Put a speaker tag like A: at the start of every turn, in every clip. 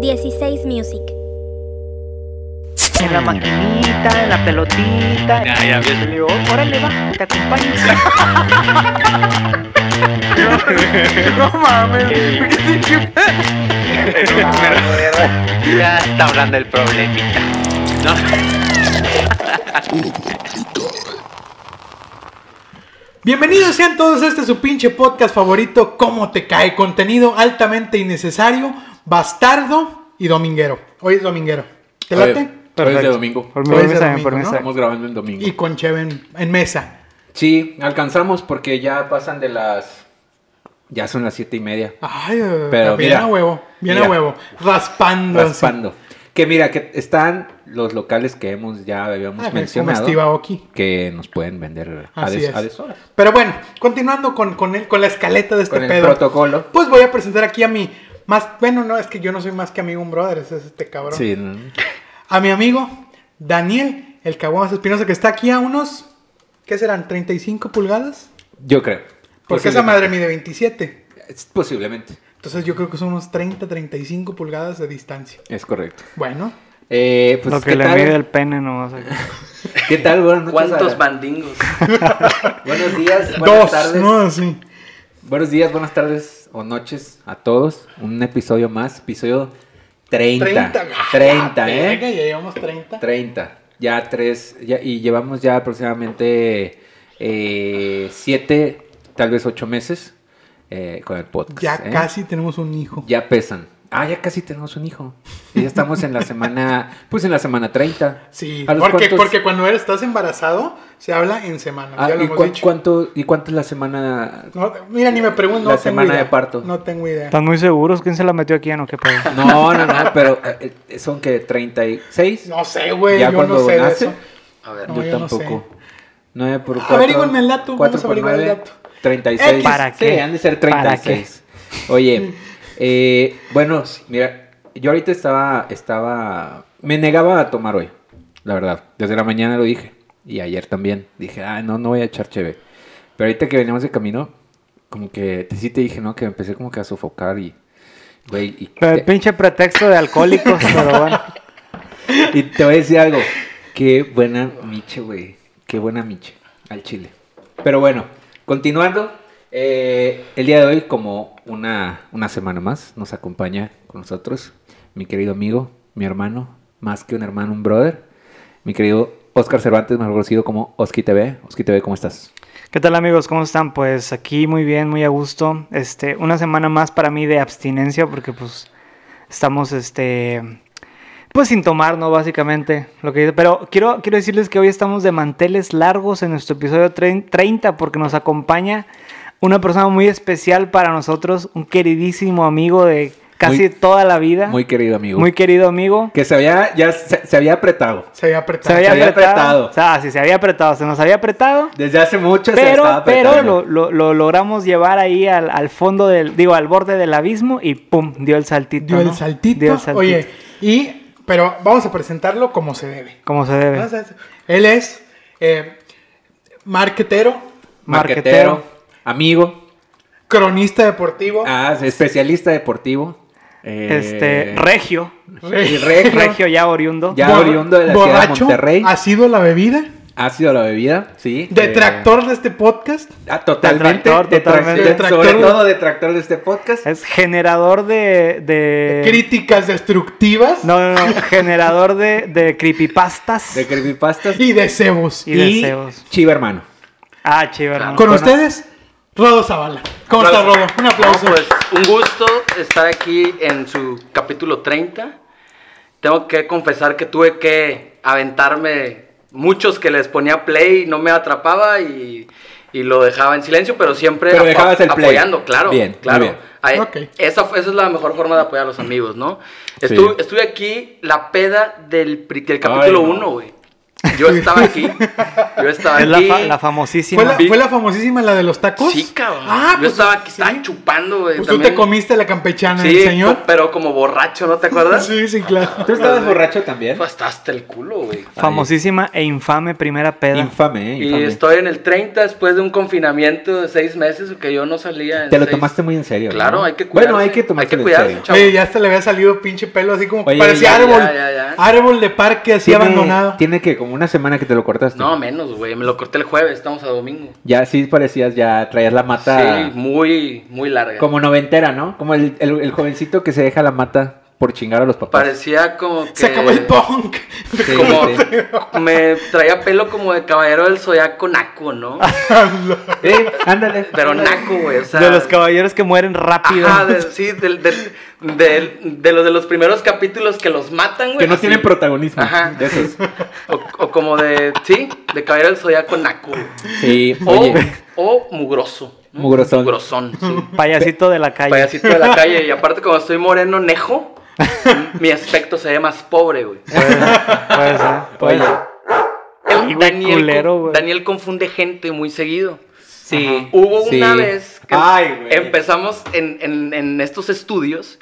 A: 16 Music.
B: Mm.
C: En la maquinita, en la pelotita.
D: Ya, ya, ves.
C: Le digo, órale, va, te acompaño. no, no mames.
D: Ya está hablando el problemita. No.
E: Bienvenidos sean todos a este su pinche podcast favorito, ¿Cómo te cae? Contenido altamente innecesario, bastardo y dominguero. Hoy es dominguero. ¿Te
F: Oye,
E: late?
F: Hoy es de
B: Perfecto.
F: domingo.
B: Por
E: Hoy
B: mí
E: es de
B: también, por mí
E: domingo, ¿no?
B: también.
F: Estamos grabando el domingo.
E: Y con Cheve en, en mesa.
F: Sí, alcanzamos porque ya pasan de las. Ya son las siete y media.
E: Ay, eh,
F: Pero
E: bien
F: mira,
E: a huevo, bien a
F: mira.
E: huevo. Raspando. así.
F: Raspando. Que mira, que están los locales que hemos ya habíamos
E: Ah, que es como
F: mencionado.
E: Steve Aoki.
F: Que nos pueden vender a,
E: Así
F: des-
E: es.
F: a deshoras.
E: Pero bueno, continuando con, con, el- con la escaleta de este
F: Con el
E: pedo.
F: protocolo.
E: Pues voy a presentar aquí a mi más. Bueno, no, es que yo no soy más que amigo, un brother, ese es este cabrón.
F: Sí, ¿no?
E: A mi amigo Daniel, el Caguamas Espinosa, que está aquí a unos. ¿Qué serán? ¿35 pulgadas?
F: yo creo.
E: Porque esa madre mide 27.
F: Es- Posiblemente.
E: Entonces yo creo que son unos 30, 35 pulgadas de distancia.
F: Es correcto.
E: Bueno,
F: Eh, pues,
B: Lo que
F: ¿qué,
B: le
F: tal?
B: mide el pene nomás. aquí.
F: ¿Qué tal? Buenas noches.
C: ¿Cuántos
F: a-
C: bandingos?
F: Buenos días, buenas
E: dos,
F: tardes.
E: ¿no? Así.
F: Buenos días, buenas tardes o noches a todos. Un episodio más, episodio 30.
E: 30,
F: 30,
E: Ah, Verga,
F: ¿eh?
E: ya llevamos 30.
F: 30. Ya tres, ya- y llevamos ya aproximadamente eh, siete, tal vez ocho meses eh, con el podcast.
E: Ya
F: ¿eh?
E: casi tenemos un hijo.
F: Ya pesan. Ah, ya casi tenemos un hijo. Y ya estamos en la semana, pues en la semana 30.
E: Sí,
F: ¿A los
E: porque,
F: cuántos-
E: porque cuando eres- estás embarazado se habla en semanas.
F: Ah,
E: ya lo
F: ¿y,
E: hemos
F: cuán-
E: dicho.
F: cuánto, ¿Y cuánto es la semana?
E: No, mira, ni me pregunto.
F: La
E: no tengo
F: semana
E: idea.
F: de parto.
E: No tengo idea.
B: ¿Están muy seguros? ¿Quién se la metió aquí? ¿No? ¿Qué pedo?
F: No, no, no, pero eh, eh, son que 36.
E: No sé, güey.
F: Ya
E: Yo
F: cuando
E: no sé de
F: nace.
E: eso.
C: A ver,
E: No,
F: yo,
E: yo no sé.
F: tampoco. 9 por 4.
E: Averígüenme el dato, vamos a averiguar el dato.
F: 36.
B: ¿Para
F: Sí,
B: qué?
F: han de ser
B: ¿Para
F: 36. Oye, eh, bueno, mira, yo ahorita estaba, estaba, me negaba a tomar hoy, la verdad. Desde la mañana lo dije. Y ayer también. Dije, ah, no, no voy a echar cheve. Pero ahorita que veníamos de camino, como que te- sí te dije, ¿no? Que empecé como que a sofocar y... Güey, y
B: El
F: te-
B: pinche pretexto de alcohólicos, pero bueno.
F: y te voy a decir algo. Qué buena miche, güey. Qué buena miche al chile. Pero bueno, continuando. eh, el día de hoy, como una, una semana más, nos acompaña con nosotros mi querido amigo, mi hermano, más que un hermano, un brother. Mi querido Oscar Cervantes, más conocido como Oski TV. Oski TV, ¿cómo estás?
B: ¿Qué tal amigos? ¿Cómo están? Pues aquí muy bien, muy a gusto. Este, una semana más para mí de abstinencia porque pues estamos este pues sin tomar, ¿no? Básicamente. Lo que, pero quiero, quiero decirles que hoy estamos de manteles largos en nuestro episodio trein- 30 porque nos acompaña una persona muy especial para nosotros, un queridísimo amigo de casi
F: Muy-
B: toda la vida.
F: Muy querido amigo.
B: Muy querido amigo.
F: que se había, ya se, se había apretado.
E: Se había
B: Se
E: apretado.
B: había,
F: Se había
B: apretado.
F: apretado.
B: O sea, ah, sí, se había apretado. Se nos había apretado.
F: Desde hace mucho se estaba
B: Pero,
F: apretando.
B: pero lo, lo- lo logramos llevar ahí al, al fondo del, digo, al borde del abismo y pum, dio el saltito.
E: Dio el
B: ¿no?
E: saltito.
B: Dio el saltito.
E: Oye, y. Pero vamos a presentarlo como se debe.
B: Como se debe.
C: Ah,
E: Vamos a- Él es. eh, marquetero.
F: Marquetero,
B: Marquetero.
F: amigo.
E: Cronista deportivo.
F: Ah, es especialista deportivo. Eh,
B: Este, regio.
F: y
E: re-
F: regio.
B: Regio ya oriundo.
F: Ya
E: bor-
F: oriundo de la ciudad de
E: borracho,
F: Monterrey. Eh,
E: Ha sido la bebida.
F: Ha sido la bebida, sí.
E: Detractor de este podcast.
F: Eh, ah, totalmente.
B: Detractor,
F: detrac-
B: totalmente.
E: Detractor.
F: Sobre todo detractor de este podcast.
B: Es generador de.
F: eh,
B: de-
E: críticas destructivas.
B: No, no, no. generador de, de creepypastas.
F: De creepypastas.
E: Y de cebos.
B: Y deseos.
F: Chiva hermano.
B: Ah, chido, hermano.
E: Con ustedes, Rodo Zavala. ¿Cómo estás, Rodo? Un aplauso.
C: No, pues, un gusto estar aquí en su capítulo 30. Tengo que confesar que tuve que aventarme muchos que les ponía play y no me atrapaba y, y lo dejaba en silencio, pero siempre
F: Pero dejabas el play.
C: apoyando, claro.
F: Bien, muy
C: claro.
F: bien.
C: Ahí-
E: Ok.
C: esa, fue- esa es la mejor forma de apoyar a los amigos, ¿no? Estuve,
F: Sí.
C: estuve aquí la peda del, pri- del capítulo
F: Ay, no.
C: 1, güey. Yo estaba aquí. Yo estaba
B: Es la,
C: aquí.
B: fa- la
E: ¿Fue
B: famosísima.
E: la, fue la famosísima la de los tacos?
C: Sí, cabrón.
E: Ah,
C: yo
E: pues,
C: estaba aquí,
E: sí.
C: estaban chupando, güey.
E: Pues tú
C: también.
E: te comiste la campechana,
C: Sí,
E: el señor.
C: pero como borracho, ¿no te acuerdas?
E: Sí, sí, claro.
F: ¿Tú estabas borracho también?
C: Pues hasta hasta el culo, güey.
B: Famosísima e infame primera peda.
F: Infame, eh,
C: Y
F: infame.
C: estoy en el 30 después de un confinamiento de seis meses que yo no salía. en
F: Te lo
C: seis-
F: tomaste muy en serio.
C: Claro,
F: ¿no?
C: hay que cuidarse.
F: Bueno, hay que
C: Hay que
F: tomárselo en
C: cuidarse,
F: serio.
C: chavo.
E: Oye, ya hasta le había salido pinche pelo así como
F: Oye,
E: parecía
F: ya,
E: árbol.
C: ya, ya, ya.
E: Árbol de parque así abandonado.
F: Tiene que como una semana que te lo cortaste.
C: No, menos, güey. Me lo corté el jueves, estamos a domingo.
F: Ya sí parecías, ya traías la mata
C: Sí, muy, muy larga.
F: como noventera, ¿no? Como el, el- el jovencito que se deja la mata por chingar a los papás.
C: Parecía como que.
E: Se acabó el punk.
F: Sí,
C: como
F: sí.
C: me traía pelo como de caballero del zodiaco naco, ¿no?
F: Eh, ándale.
C: Pero naco, güey. O sea,
B: de los caballeros que mueren rápido.
C: Ajá, de- sí, del- del- del- de los de los primeros capítulos que los matan, güey.
F: Que no
C: así.
F: tienen protagonismo.
C: Ajá.
F: De esos.
C: O, o como de, sí, de caballero del zodiaco naco. güey.
F: Sí,
C: O,
F: oye,
C: o mugroso. ¿no?
F: Mugrosón.
C: Mugrosón, sí.
B: Payasito de la calle.
C: Payasito de la calle. Y aparte, como estoy moreno nejo, mi aspecto se ve más pobre, güey.
B: Puede ser, puede
F: oye.
B: ser.
C: El
B: Y güey,
C: Daniel,
B: culero, güey.
C: Daniel confunde gente muy seguido.
F: Sí.
C: Hubo
F: sí.
C: una vez que
F: Ay, güey.
C: empezamos en, en- en estos estudios.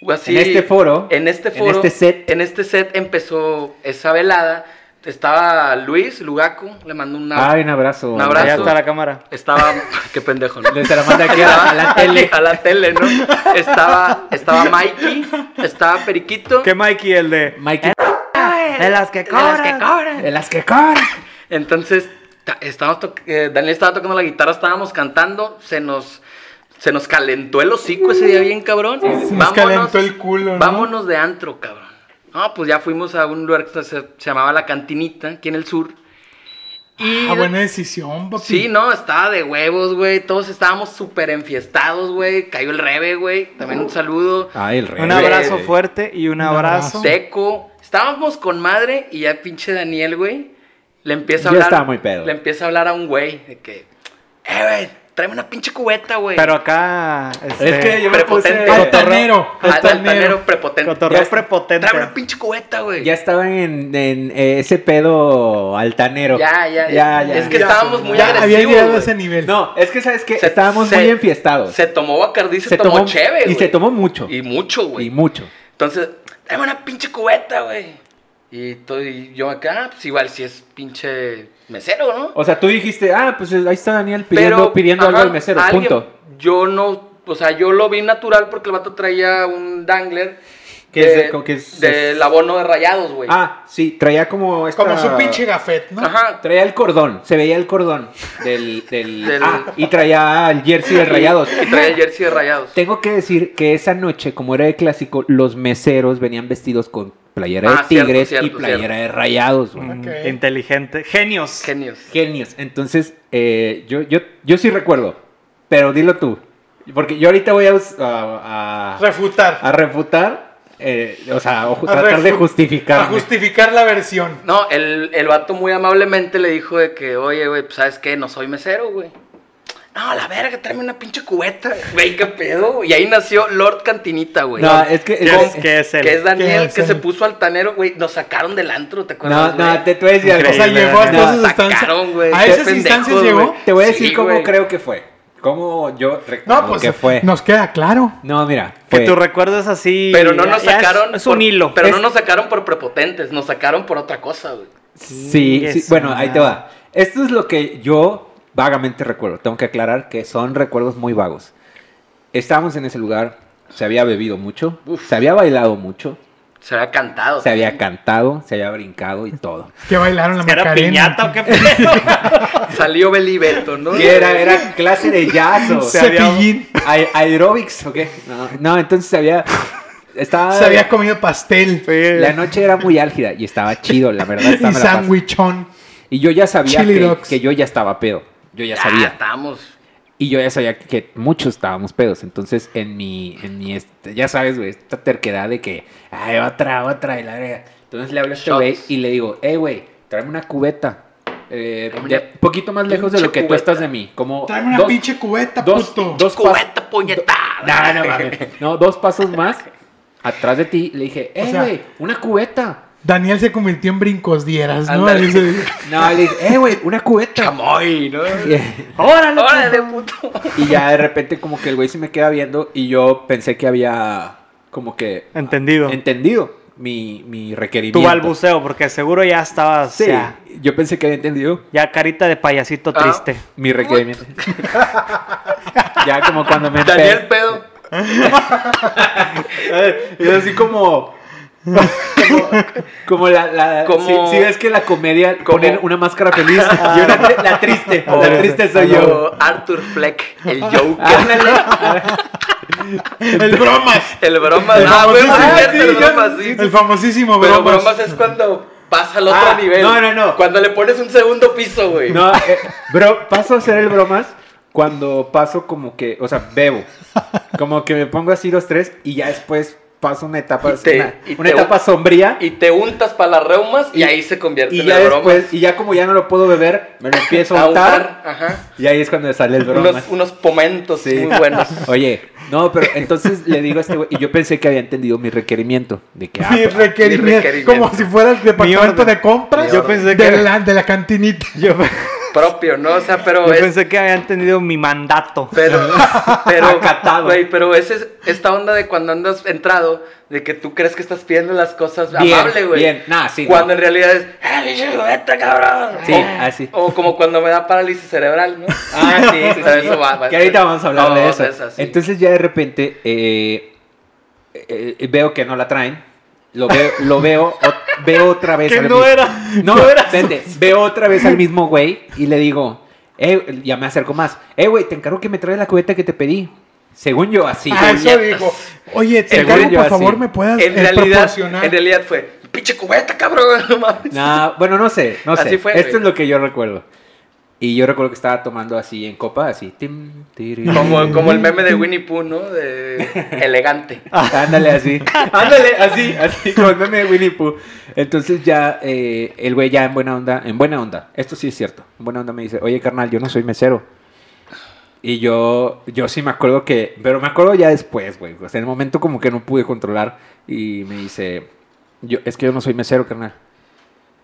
C: güey, así-
F: En este foro,
C: En este
F: en
C: foro.
F: este set.
C: En este set empezó esa velada. Estaba Luis Lugaco, le mando un
F: Ay,
C: abrazo.
F: un abrazo.
C: Un abrazo.
B: Allá está la cámara.
C: Estaba. Qué pendejo, ¿no?
F: Le se la manda aquí a la,
C: Estaba-
F: a la tele.
C: A la tele, ¿no? Estaba, estaba Mikey, estaba Periquito.
B: Que Mikey, el de.
F: Mikey.
B: De las que
C: De las que cobran.
F: Eh, De las que corren.
C: Entonces, ta- estábamos to- eh, Daniel estaba tocando la guitarra, estábamos cantando, se nos, se nos calentó el hocico ese día bien cabrón.
E: Se nos calentó el culo, ¿no?
C: Vámonos de antro, cabrón. No, pues ya fuimos a un lugar que se, se llamaba La Cantinita, aquí en el sur. Y
E: Ah, buena decisión, papi.
C: Sí, no, estaba de huevos, güey. Todos estábamos súper enfiestados, güey. Cayó el rebe, güey. También un saludo.
F: Ay, el rey.
B: Un
C: Eh,
B: abrazo fuerte y un abrazo.
C: Seco. Estábamos con madre y ya pinche Daniel, güey, le empieza a
F: Yo
C: hablar.
F: estaba muy pedo.
C: Le empieza a hablar a un güey de que, eh, güey, tráeme una pinche cubeta, güey.
B: Pero acá. Este,
F: Es que yo me
C: Prepotente.
F: puse-
E: Altanero.
C: Al-
E: Altanero.
C: altanero Ah, prepotente.
B: Cotorreo
F: Ya-
B: prepotente.
C: Tráeme una pinche cubeta, güey.
F: Ya estaba en, en, eh, ese pedo altanero.
C: ya, ya,
F: ya, ya.
C: Es que
E: Ya,
C: estábamos muy
E: ya Había
C: agresivos.
E: llegado a
C: güey.
E: ese nivel.
F: No, es que sabes que
C: Se-
F: estábamos
C: se-
F: muy enfiestados.
C: Se tomó Bacardi, se, tomó, chévere,
F: Y se tomó mucho.
C: Y mucho, güey.
F: Y mucho.
C: Entonces, dame una pinche cubeta, güey. Y, to- y yo acá, pues igual si es pinche mesero, ¿no?
F: O sea, tú dijiste, ah, pues ahí está Daniel pidiendo, pidiendo
C: ajá,
F: algo al mesero,
C: alguien-
F: punto.
C: Yo no, o sea, yo lo vi natural porque el vato traía un dangler.
F: Que es de- que es-
C: del abono de rayados, güey.
F: Ah, sí, traía como esta...
E: Como su pinche gafet, ¿no?
C: Ajá.
F: Traía el cordón, se veía el cordón del... del,
C: Del-
F: Ah, y traía el jersey de rayados.
C: Y traía el jersey de rayados.
F: Tengo que decir que esa noche, como era de clásico, los meseros venían vestidos con playera de
C: Ah, cierto,
F: tigres y
C: cierto,
F: playera
C: cierto.
F: de rayados, güey.
B: Mm,
E: Ok.
B: Inteligente. Genios.
C: Genios.
F: Genios. Entonces, eh, yo, yo, yo sí recuerdo, pero dilo tú. Porque yo ahorita voy a, us- a, a-
E: Refutar.
F: a refutar, eh, o sea, o ju-
E: A
F: tratar de
E: refu- A
F: justificar.
E: justificar la versión.
C: No, el, el vato muy amablemente le dijo de que, oye, güey, pues sabes qué, no soy mesero, güey. No, la verga, tráeme una pinche cubeta. Güey, qué pedo. Y ahí nació Lord Cantinita, güey.
F: No, es que...
B: ¿Qué es,
F: es-
B: qué es él?
C: Que es Daniel,
E: ¿Qué
C: que
E: es
C: se
E: él?
C: puso altanero, güey. Nos sacaron del antro, ¿te
F: no,
C: acuerdas? güey?
F: no, te, te voy a decir algo.
E: O sea,
B: Increíble,
E: llegó a
F: no,
E: todas esas
C: sacaron,
E: instancias.
C: güey,
E: A
C: qué
E: esas
C: pendejos,
E: instancias llegó.
C: güey.
F: Te voy a
C: Sí,
F: decir cómo
C: güey.
F: creo que fue. Cómo yo recuerdo
E: No, pues
F: que fue.
E: nos queda claro.
F: No, mira,
B: Que
F: fue...
B: tu recuerdo es así.
C: Pero no
B: ya-
C: nos
B: ya es-
C: sacaron.
B: Es, un
C: por-
B: hilo.
C: Pero
F: Es-
C: no nos sacaron por prepotentes, nos sacaron por otra cosa, güey.
F: Sí,
B: Yes,
F: sí, bueno, ahí te
B: man.
F: va. Esto es lo que yo vagamente recuerdo. Tengo que aclarar que son recuerdos muy vagos. Estábamos en ese lugar, se había bebido mucho,
C: Uf.
F: se había bailado mucho,
C: Se había cantado.
F: se había cantado, se había brincado y todo.
E: Que bailaron la
B: ¿Era
E: Macarena.
B: piñata o qué pedo?
C: Salió Belibeto, ¿no?
F: Y era, era clase de jazz o
B: Se había-
E: Cepillín.
F: aer- aeróbics, ¿o qué? No, no, entonces se había... Estaba,
E: Se había comido pastel.
F: la noche era muy álgida y estaba chido, la verdad. estaba
E: Y
F: me la pasé.
E: sandwichón.
F: Y yo ya sabía
E: Chili
F: que,
E: dogs.
F: que yo ya estaba pedo. Yo ya
C: Ya
F: sabía.
C: estábamos.
F: Y yo ya sabía que, que muchos estábamos pedos. Entonces, en mi, en mi este, ya sabes, güey, esta terquedad de que, ay, otra, otra, y la verga. Entonces le hablo a este
C: Shots.
F: güey y le digo, eh, güey, tráeme una cubeta. Eh,
C: Tráeme
F: de-
C: una
F: poquito más lejos de
C: pinche
F: lo que tú
C: cubeta.
F: estás de mí. Como
E: Tráeme una
F: dos-
E: pinche cubeta,
F: dos,
E: puto.
F: dos pas-
C: Cubeta puñetada.
F: No, no mames. No, dos pasos más atrás de ti. Le dije, eh,
E: sea-
F: güey, una cubeta.
E: Daniel se convirtió en brincos dieras, ¿no?
C: Ándale.
E: Dice-
F: No, le dije, eh, güey, una cubeta.
C: Chamoy, ¿no?
F: Y-
B: ¡Órale! pues.
C: Órale, puto.
F: Y ya de repente como que el güey se me queda viendo y yo pensé que había como que...
B: Entendido.
F: Entendido mi, mi
B: Tu
F: requerimiento.
B: balbuceo, porque seguro ya estabas
F: Sí,
B: ya,
F: yo pensé que había entendido
B: ya carita de payasito
C: Ah.
B: triste.
F: mi requerimiento. ya como cuando me...
C: Daniel Pedo.
F: Eh, Es así como. Como, como la. la-
C: Como-
F: si, si ves que la comedia
C: como- Oh,
F: ponen una máscara feliz y una tri- la triste. la triste soy yo. Ah.
C: O Arthur Fleck, el Joker.
F: Ándale.
E: El bromas.
C: el bromas.
E: El
C: Ah, güey,
E: famosísimo-
C: sí,
E: Ah,
C: cierto,
E: sí,
C: el
E: yo-
C: bromas, sí.
E: El famosísimo
C: Pero
E: bromas.
C: bromas es cuando pasa al otro
F: Ah,
C: nivel.
F: no, no, no.
C: Cuando le pones un segundo piso, güey.
F: No, eh, bro, paso a hacer el bromas cuando paso como que. O sea, bebo. Como que me pongo así los tres y ya después paso una etapa.
C: Y te-
F: una
C: y
F: una
C: te-
F: etapa sombría.
C: Y te untas para las reumas y, ahí se convierte
F: y
C: en
F: ya
C: el bromas.
F: después, y ya como ya no lo puedo beber, me lo empiezo a
C: A
F: untar.
C: untar, ajá.
F: Y ahí es cuando sale el bromas.
C: Unos, unos pomentos
F: Sí.
C: muy buenos.
F: Oye, no, pero entonces le digo a este güey, y yo pensé que había entendido mi requerimiento, de que, ah,
E: Mi
F: pues,
E: requerimiento,
C: Mi requerimiento.
E: Como si fuera el departamento
B: orden.
E: de compras.
C: Mi Yo orden.
B: pensé
E: de
B: que-
E: La, de la cantinita.
B: Yo,
C: Propio, ¿no? O sea, pero
B: yo
C: es-
B: pensé que había entendido mi mandato.
C: Pero, pero,
F: Acatado.
C: güey, pero esa es esta onda de cuando andas entrado, de que tú crees que estás pidiendo las cosas
F: Bien,
C: amable, güey.
F: bien. Nah, sí,
C: Cuando
F: no.
C: en realidad es, ¡ah, pinche juguete, cabrón!
F: Sí,
C: o,
F: así.
C: O como cuando me da parálisis cerebral, ¿no?
F: Ah, sí, sí,
C: Pero
F: sí.
C: eso va- va-
F: Que ahorita vamos a hablar
C: No,
F: de
C: vamos
F: eso.
C: a esa, sí.
F: Entonces ya de repente eh, eh, eh, veo que no la traen. Lo veo, lo veo, o- veo otra vez.
B: Que
F: al
B: no
F: mi-
B: era,
F: No,
B: no era
F: espérate, veo otra vez al mismo güey y le digo, eh, ya me acerco más. Eh, güey, te encargo que me traes la cubeta que te pedí. Según yo, así.
E: Ah, eso
C: puñetas.
E: dijo. Oye, te
F: Según
E: encargo,
F: yo,
E: por
F: así.
E: favor, me puedas
C: En
E: eh,
C: realidad,
E: proporcionar.
C: en realidad fue, ¡pinche cubeta, cabrón! No mames.
F: No, bueno, no sé, no sé.
C: Así fue,
F: Esto
C: güey.
F: es lo que yo recuerdo. Y yo recuerdo que estaba tomando así en copa, así. tim, tiri.
C: Como, como el meme de Winnie Pooh, ¿no? De elegante.
F: Ándale así. Ándale así, así, como el meme de Winnie Pooh. Entonces ya eh, el güey ya en buena onda, en buena onda, esto sí es cierto, en buena onda me dice, oye carnal, yo no soy mesero. Y yo, yo sí me acuerdo que, pero me acuerdo ya después, güey. O sea, en el momento como que no pude controlar y me dice, yo, es que yo no soy mesero, carnal.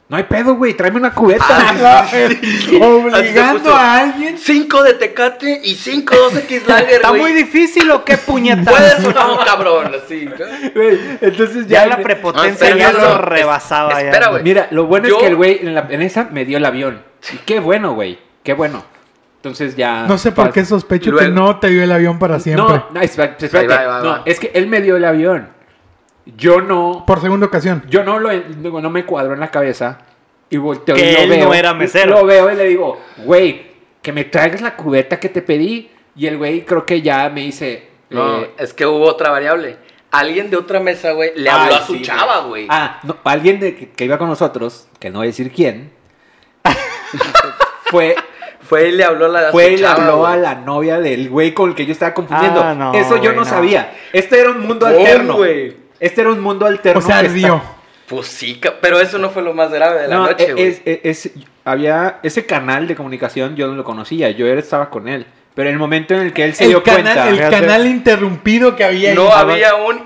F: No hay pedo, güey, tráeme una cubeta.
E: Ah,
C: Así se
E: Obligando
C: puso.
E: a alguien.
C: Cinco de Tecate y cinco dos X Lager,
B: ¿Está
C: güey.
B: muy difícil o qué
C: ¿Puedes
B: puñetazo?
C: o no, cabrón? Así, ¿no?
F: Güey, entonces ya. Ah,
B: Ya la prepotencia
C: espera,
B: ya
C: no,
B: lo
C: no.
B: rebasaba. ya.
C: Espera, güey.
F: Mira, lo bueno
C: Yo-
F: es que el güey en, la- en esa me dio el avión. Y qué bueno, güey. Qué bueno. Entonces ya.
E: No sé por qué sospecho que
C: Luego.
E: no te dio el avión para siempre.
F: No, no, espera- espérate.
C: Ahí va, ahí va, ahí
F: No,
C: va.
F: es que él me dio el avión. Yo no.
E: Por segunda ocasión.
F: Yo no lo digo, no me cuadro en la cabeza. Y volteo
B: Que
F: y lo
B: él
F: veo.
B: no era mesero.
F: Lo veo y le digo, güey, que me traigas la cubeta que te pedí. Y el güey creo que ya me dice.
C: No,
F: eh,
C: es que hubo otra variable. Alguien de otra mesa, güey, le habló
F: Ay,
C: a su
F: sí,
C: chava, güey.
F: Ah, no, alguien de, que, que iba con nosotros, que no voy a decir quién, fue,
C: Fue y le habló a la a su
F: fue y le
C: chava,
F: habló
C: güey.
F: a la novia del güey con el que yo estaba confundiendo.
B: Ah, no,
F: Eso yo
B: güey,
F: no,
B: no.
F: sabía. Este era un mundo
C: Gol,
F: alterno.
C: güey.
F: Este era un mundo alterno.
E: O sea,
F: que está-
E: ardió.
C: Pues sí, ca- pero eso no fue lo más grave de la
F: No,
C: noche,
F: e-
C: güey.
F: es- e- es- había ese canal de comunicación, yo no lo conocía, yo era- estaba con él. Pero en el momento en el que él se
E: El,
F: dio
E: canal,
F: cuenta,
E: el
B: Fíjate.
E: canal interrumpido que había. ahí.
C: No ah, había un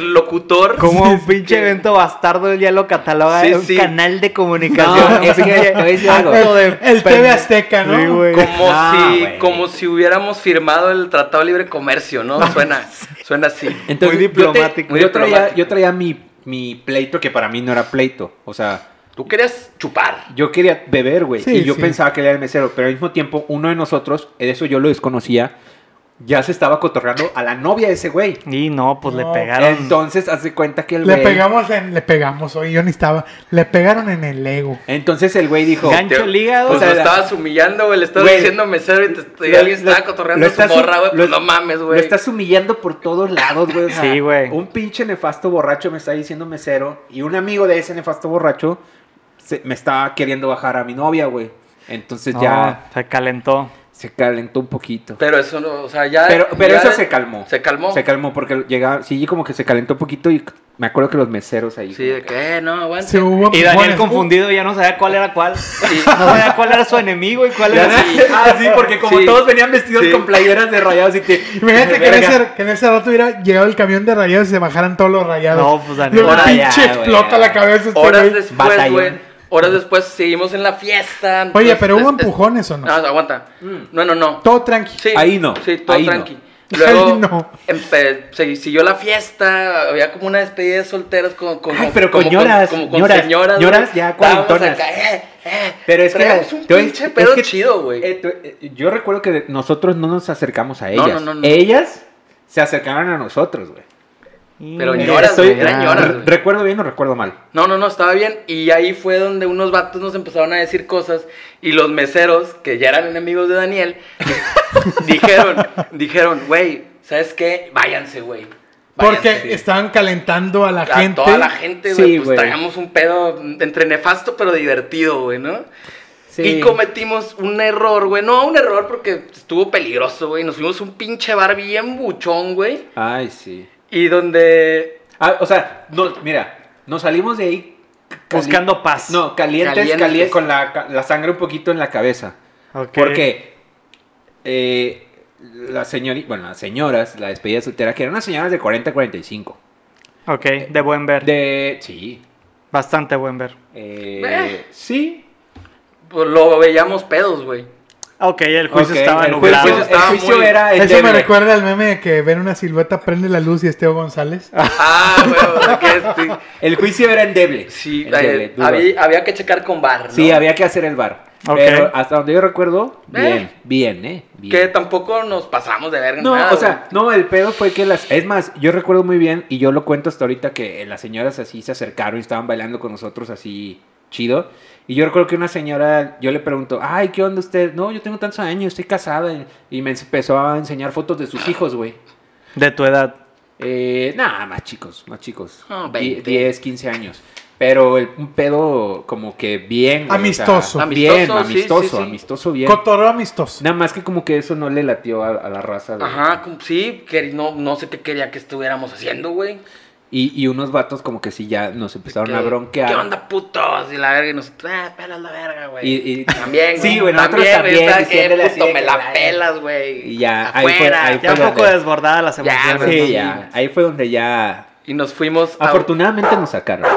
C: interlocutor.
B: Como un pinche evento bastardo ya lo cataloga
C: Sí,
B: de un
C: sí.
B: canal de comunicación.
F: No, es que te voy a decir algo.
B: Acto de
E: El TV
B: pende-
E: Azteca, ¿no?
B: Sí, güey.
C: Como,
F: No,
C: si,
F: Ah, güey.
C: como si hubiéramos firmado el Tratado de Libre Comercio, ¿no? Suena, suena así.
F: Entonces,
B: Muy
F: yo te-
B: diplomático.
F: Yo,
C: Muy
F: traía,
C: diplomático.
F: yo traía mi, mi pleito que para mí no era pleito. O sea,
C: Tú querías chupar.
F: yo quería beber, güey.
E: Sí,
F: y yo
E: sí.
F: pensaba que él era el mesero. Pero al mismo tiempo, uno de nosotros, eso yo lo desconocía, ya se estaba cotorreando a la novia de ese güey.
B: Y no, pues
E: No,
B: le pegaron.
F: Entonces, hace cuenta que el
E: Le
F: güey.
E: pegamos en. Le pegamos, hoy yo ni estaba. Le pegaron en el ego.
F: Entonces el güey dijo.
B: Gancho
C: Te-
B: el hígado.
C: Pues
F: O sea,
C: lo
F: la-
C: estabas humillando, güey. Le estabas
F: Güey,
C: diciendo mesero y, te, y
F: lo-
C: alguien
F: lo-
C: estaba cotorreando
F: lo
C: a su
F: estás-
C: morra, güey.
F: lo-
C: Pues no mames,
F: Lo
C: güey.
F: estás humillando por todos lados, güey. o sea,
B: Sí, güey.
F: Un pinche nefasto borracho me está diciendo mesero. Y un amigo de ese nefasto borracho se- me está queriendo bajar a mi novia, güey. Entonces
B: No,
F: ya
B: se calentó.
F: se calentó un poquito.
C: Pero eso no, o sea, ya.
F: Pero, pero
C: ya
F: eso
C: de-
F: se calmó.
C: Se calmó.
F: Se calmó porque llegaba, sí, como que se calentó un poquito y me acuerdo que los meseros ahí.
C: sí, de que, eh, no, aguante.
E: Sí, hubo
B: Y
E: empujones.
B: Daniel confundido ya no sabía cuál era cuál.
C: Sí.
B: No sabía cuál era su enemigo y cuál
C: Ya
B: era.
C: sé.
F: Ah, sí, porque como
C: Sí.
F: todos venían vestidos
C: Sí.
F: con playeras de rayados y te...
E: Imagínate que en,
F: Verga.
E: ese, que en ese rato hubiera llegado el camión de rayados y se bajaran todos los rayados.
B: No, pues, Daniel.
E: Luego,
F: Ahora
E: pinche
F: ya, güey.
E: explota la cabeza este
C: Horas
E: güey.
C: después,
F: Batallón.
C: güey. Horas después seguimos en la fiesta.
E: Oye,
C: entonces,
E: pero hubo
C: es- es-
E: empujones o no?
C: No, aguanta.
F: Mm.
C: No, no, no.
E: Todo tranqui.
C: Sí,
F: Ahí no,
C: Sí, todo
F: ahí no.
C: tranqui. Luego
E: Ahí no.
C: empe- se- siguió la fiesta, había como una despedida de solteras con, con,
F: Ay, pero
C: como
F: con ñoras,
C: como con
F: ñoras,
C: señoras.
F: ñoras
C: güey.
F: ya
C: Estábamos
F: cuarentonas.
C: acá, eh, eh,
F: Pero es que...
C: traíamos un
F: te voy-
C: pinche
F: es
C: pedo
F: que-
C: chido, güey.
F: eh, tú- eh, yo recuerdo que nosotros no nos acercamos a
C: No,
F: ellas.
C: no, no, no.
F: Ellas se acercaron a nosotros, güey.
C: Pero
B: Y-
C: ñoras,
F: Estoy-
C: güey, eran ñoras,
F: re-
C: güey.
F: ¿Recuerdo bien o recuerdo mal?
C: No, no, no, estaba bien. Y ahí fue donde unos vatos nos empezaron a decir cosas. Y los meseros, que ya eran enemigos de Daniel, di- dijeron, dijeron, güey, ¿sabes qué? Váyanse, güey.
E: Porque
C: váyanse".
E: estaban calentando a la
C: a
E: gente.
C: toda la gente,
F: Sí,
C: güey, pues
F: güey.
C: traíamos un pedo entre nefasto pero divertido, güey, ¿no? Y cometimos un error, güey. No, un error porque estuvo peligroso, güey. Nos fuimos a un pinche bar bien buchón, güey.
F: Ay, sí.
C: Y donde.
F: Ah, o sea, no, mira, nos salimos de ahí cali-
B: Buscando paz.
F: No, calientes,
C: Calientes.
F: calientes, con la, ca- la sangre un poquito en la cabeza.
B: Ok.
F: Porque eh, la señori- bueno, las señoras, la despedida soltera, que eran unas señoras de 40 45.
B: Ok, de buen ver.
F: De. Sí.
B: Bastante buen ver.
F: eh,
C: Eh.
F: Sí.
C: pues, lo veíamos pedos, güey.
B: Ok, el juicio
F: Ok,
B: estaba
F: el
B: nublado.
F: juicio,
C: Estaba
F: el juicio
C: muy-
F: era.
E: Eso me
F: endeble.
E: recuerda al meme de que ven una silueta, prende la luz y Esteo González.
C: Ah, güey, que este-
F: El juicio era endeble.
C: Sí,
F: Endeble,
C: eh,
F: duro.
C: había, había que checar con bar, ¿no?
F: Sí, había que hacer el bar.
B: Ok.
F: Pero hasta donde yo recuerdo, bien,
C: Eh.
F: bien, ¿eh? Bien.
C: Que tampoco nos pasamos de verga. en
F: No,
C: nada,
F: o sea, no, el pedo fue que las... Es más, yo recuerdo muy bien, y yo lo cuento hasta ahorita, que las señoras así se acercaron y estaban bailando con nosotros así chido. Y yo recuerdo que una señora, yo le pregunto, ay, ¿qué onda usted? No, yo tengo tantos años, estoy casada. Y me empezó a enseñar fotos de sus hijos, güey.
B: De tu edad.
F: Eh, nada, más chicos, más chicos.
C: Ah,
F: Die-
C: 20.
F: 10, 15 años. Pero el, un pedo como que bien. güey,
E: Amistoso.
F: bien,
C: Amistoso, sí,
F: amistoso,
C: sí, sí.
F: amistoso bien.
E: Cotorro amistoso.
F: Nada más que como que eso no le latió a, a la raza. güey.
C: Ajá, como- sí, que no, no sé qué quería que estuviéramos haciendo, güey.
F: Y, y unos vatos como que sí ya nos empezaron
C: Que-
F: a bronquear.
C: ¿Qué onda, putos? Y la verga, y nosotros, ah, pelas la verga, güey.
F: Y- y-
C: también, güey.
F: Sí, güey, nosotros también,
C: güey, está
F: diciéndole
C: que,
F: así
C: puto,
F: de
C: me
F: que
C: la
F: la-
C: pelas, güey.
F: Y ya, ahí fue-
C: afuera.
F: ahí fue
B: Ya un poco
F: donde-
B: desbordada las
C: Ya,
B: emociones.
C: güey,
B: ¿no?
F: Sí, ya. Ahí fue donde ya...
C: Y nos fuimos a-
F: Afortunadamente nos sacaron.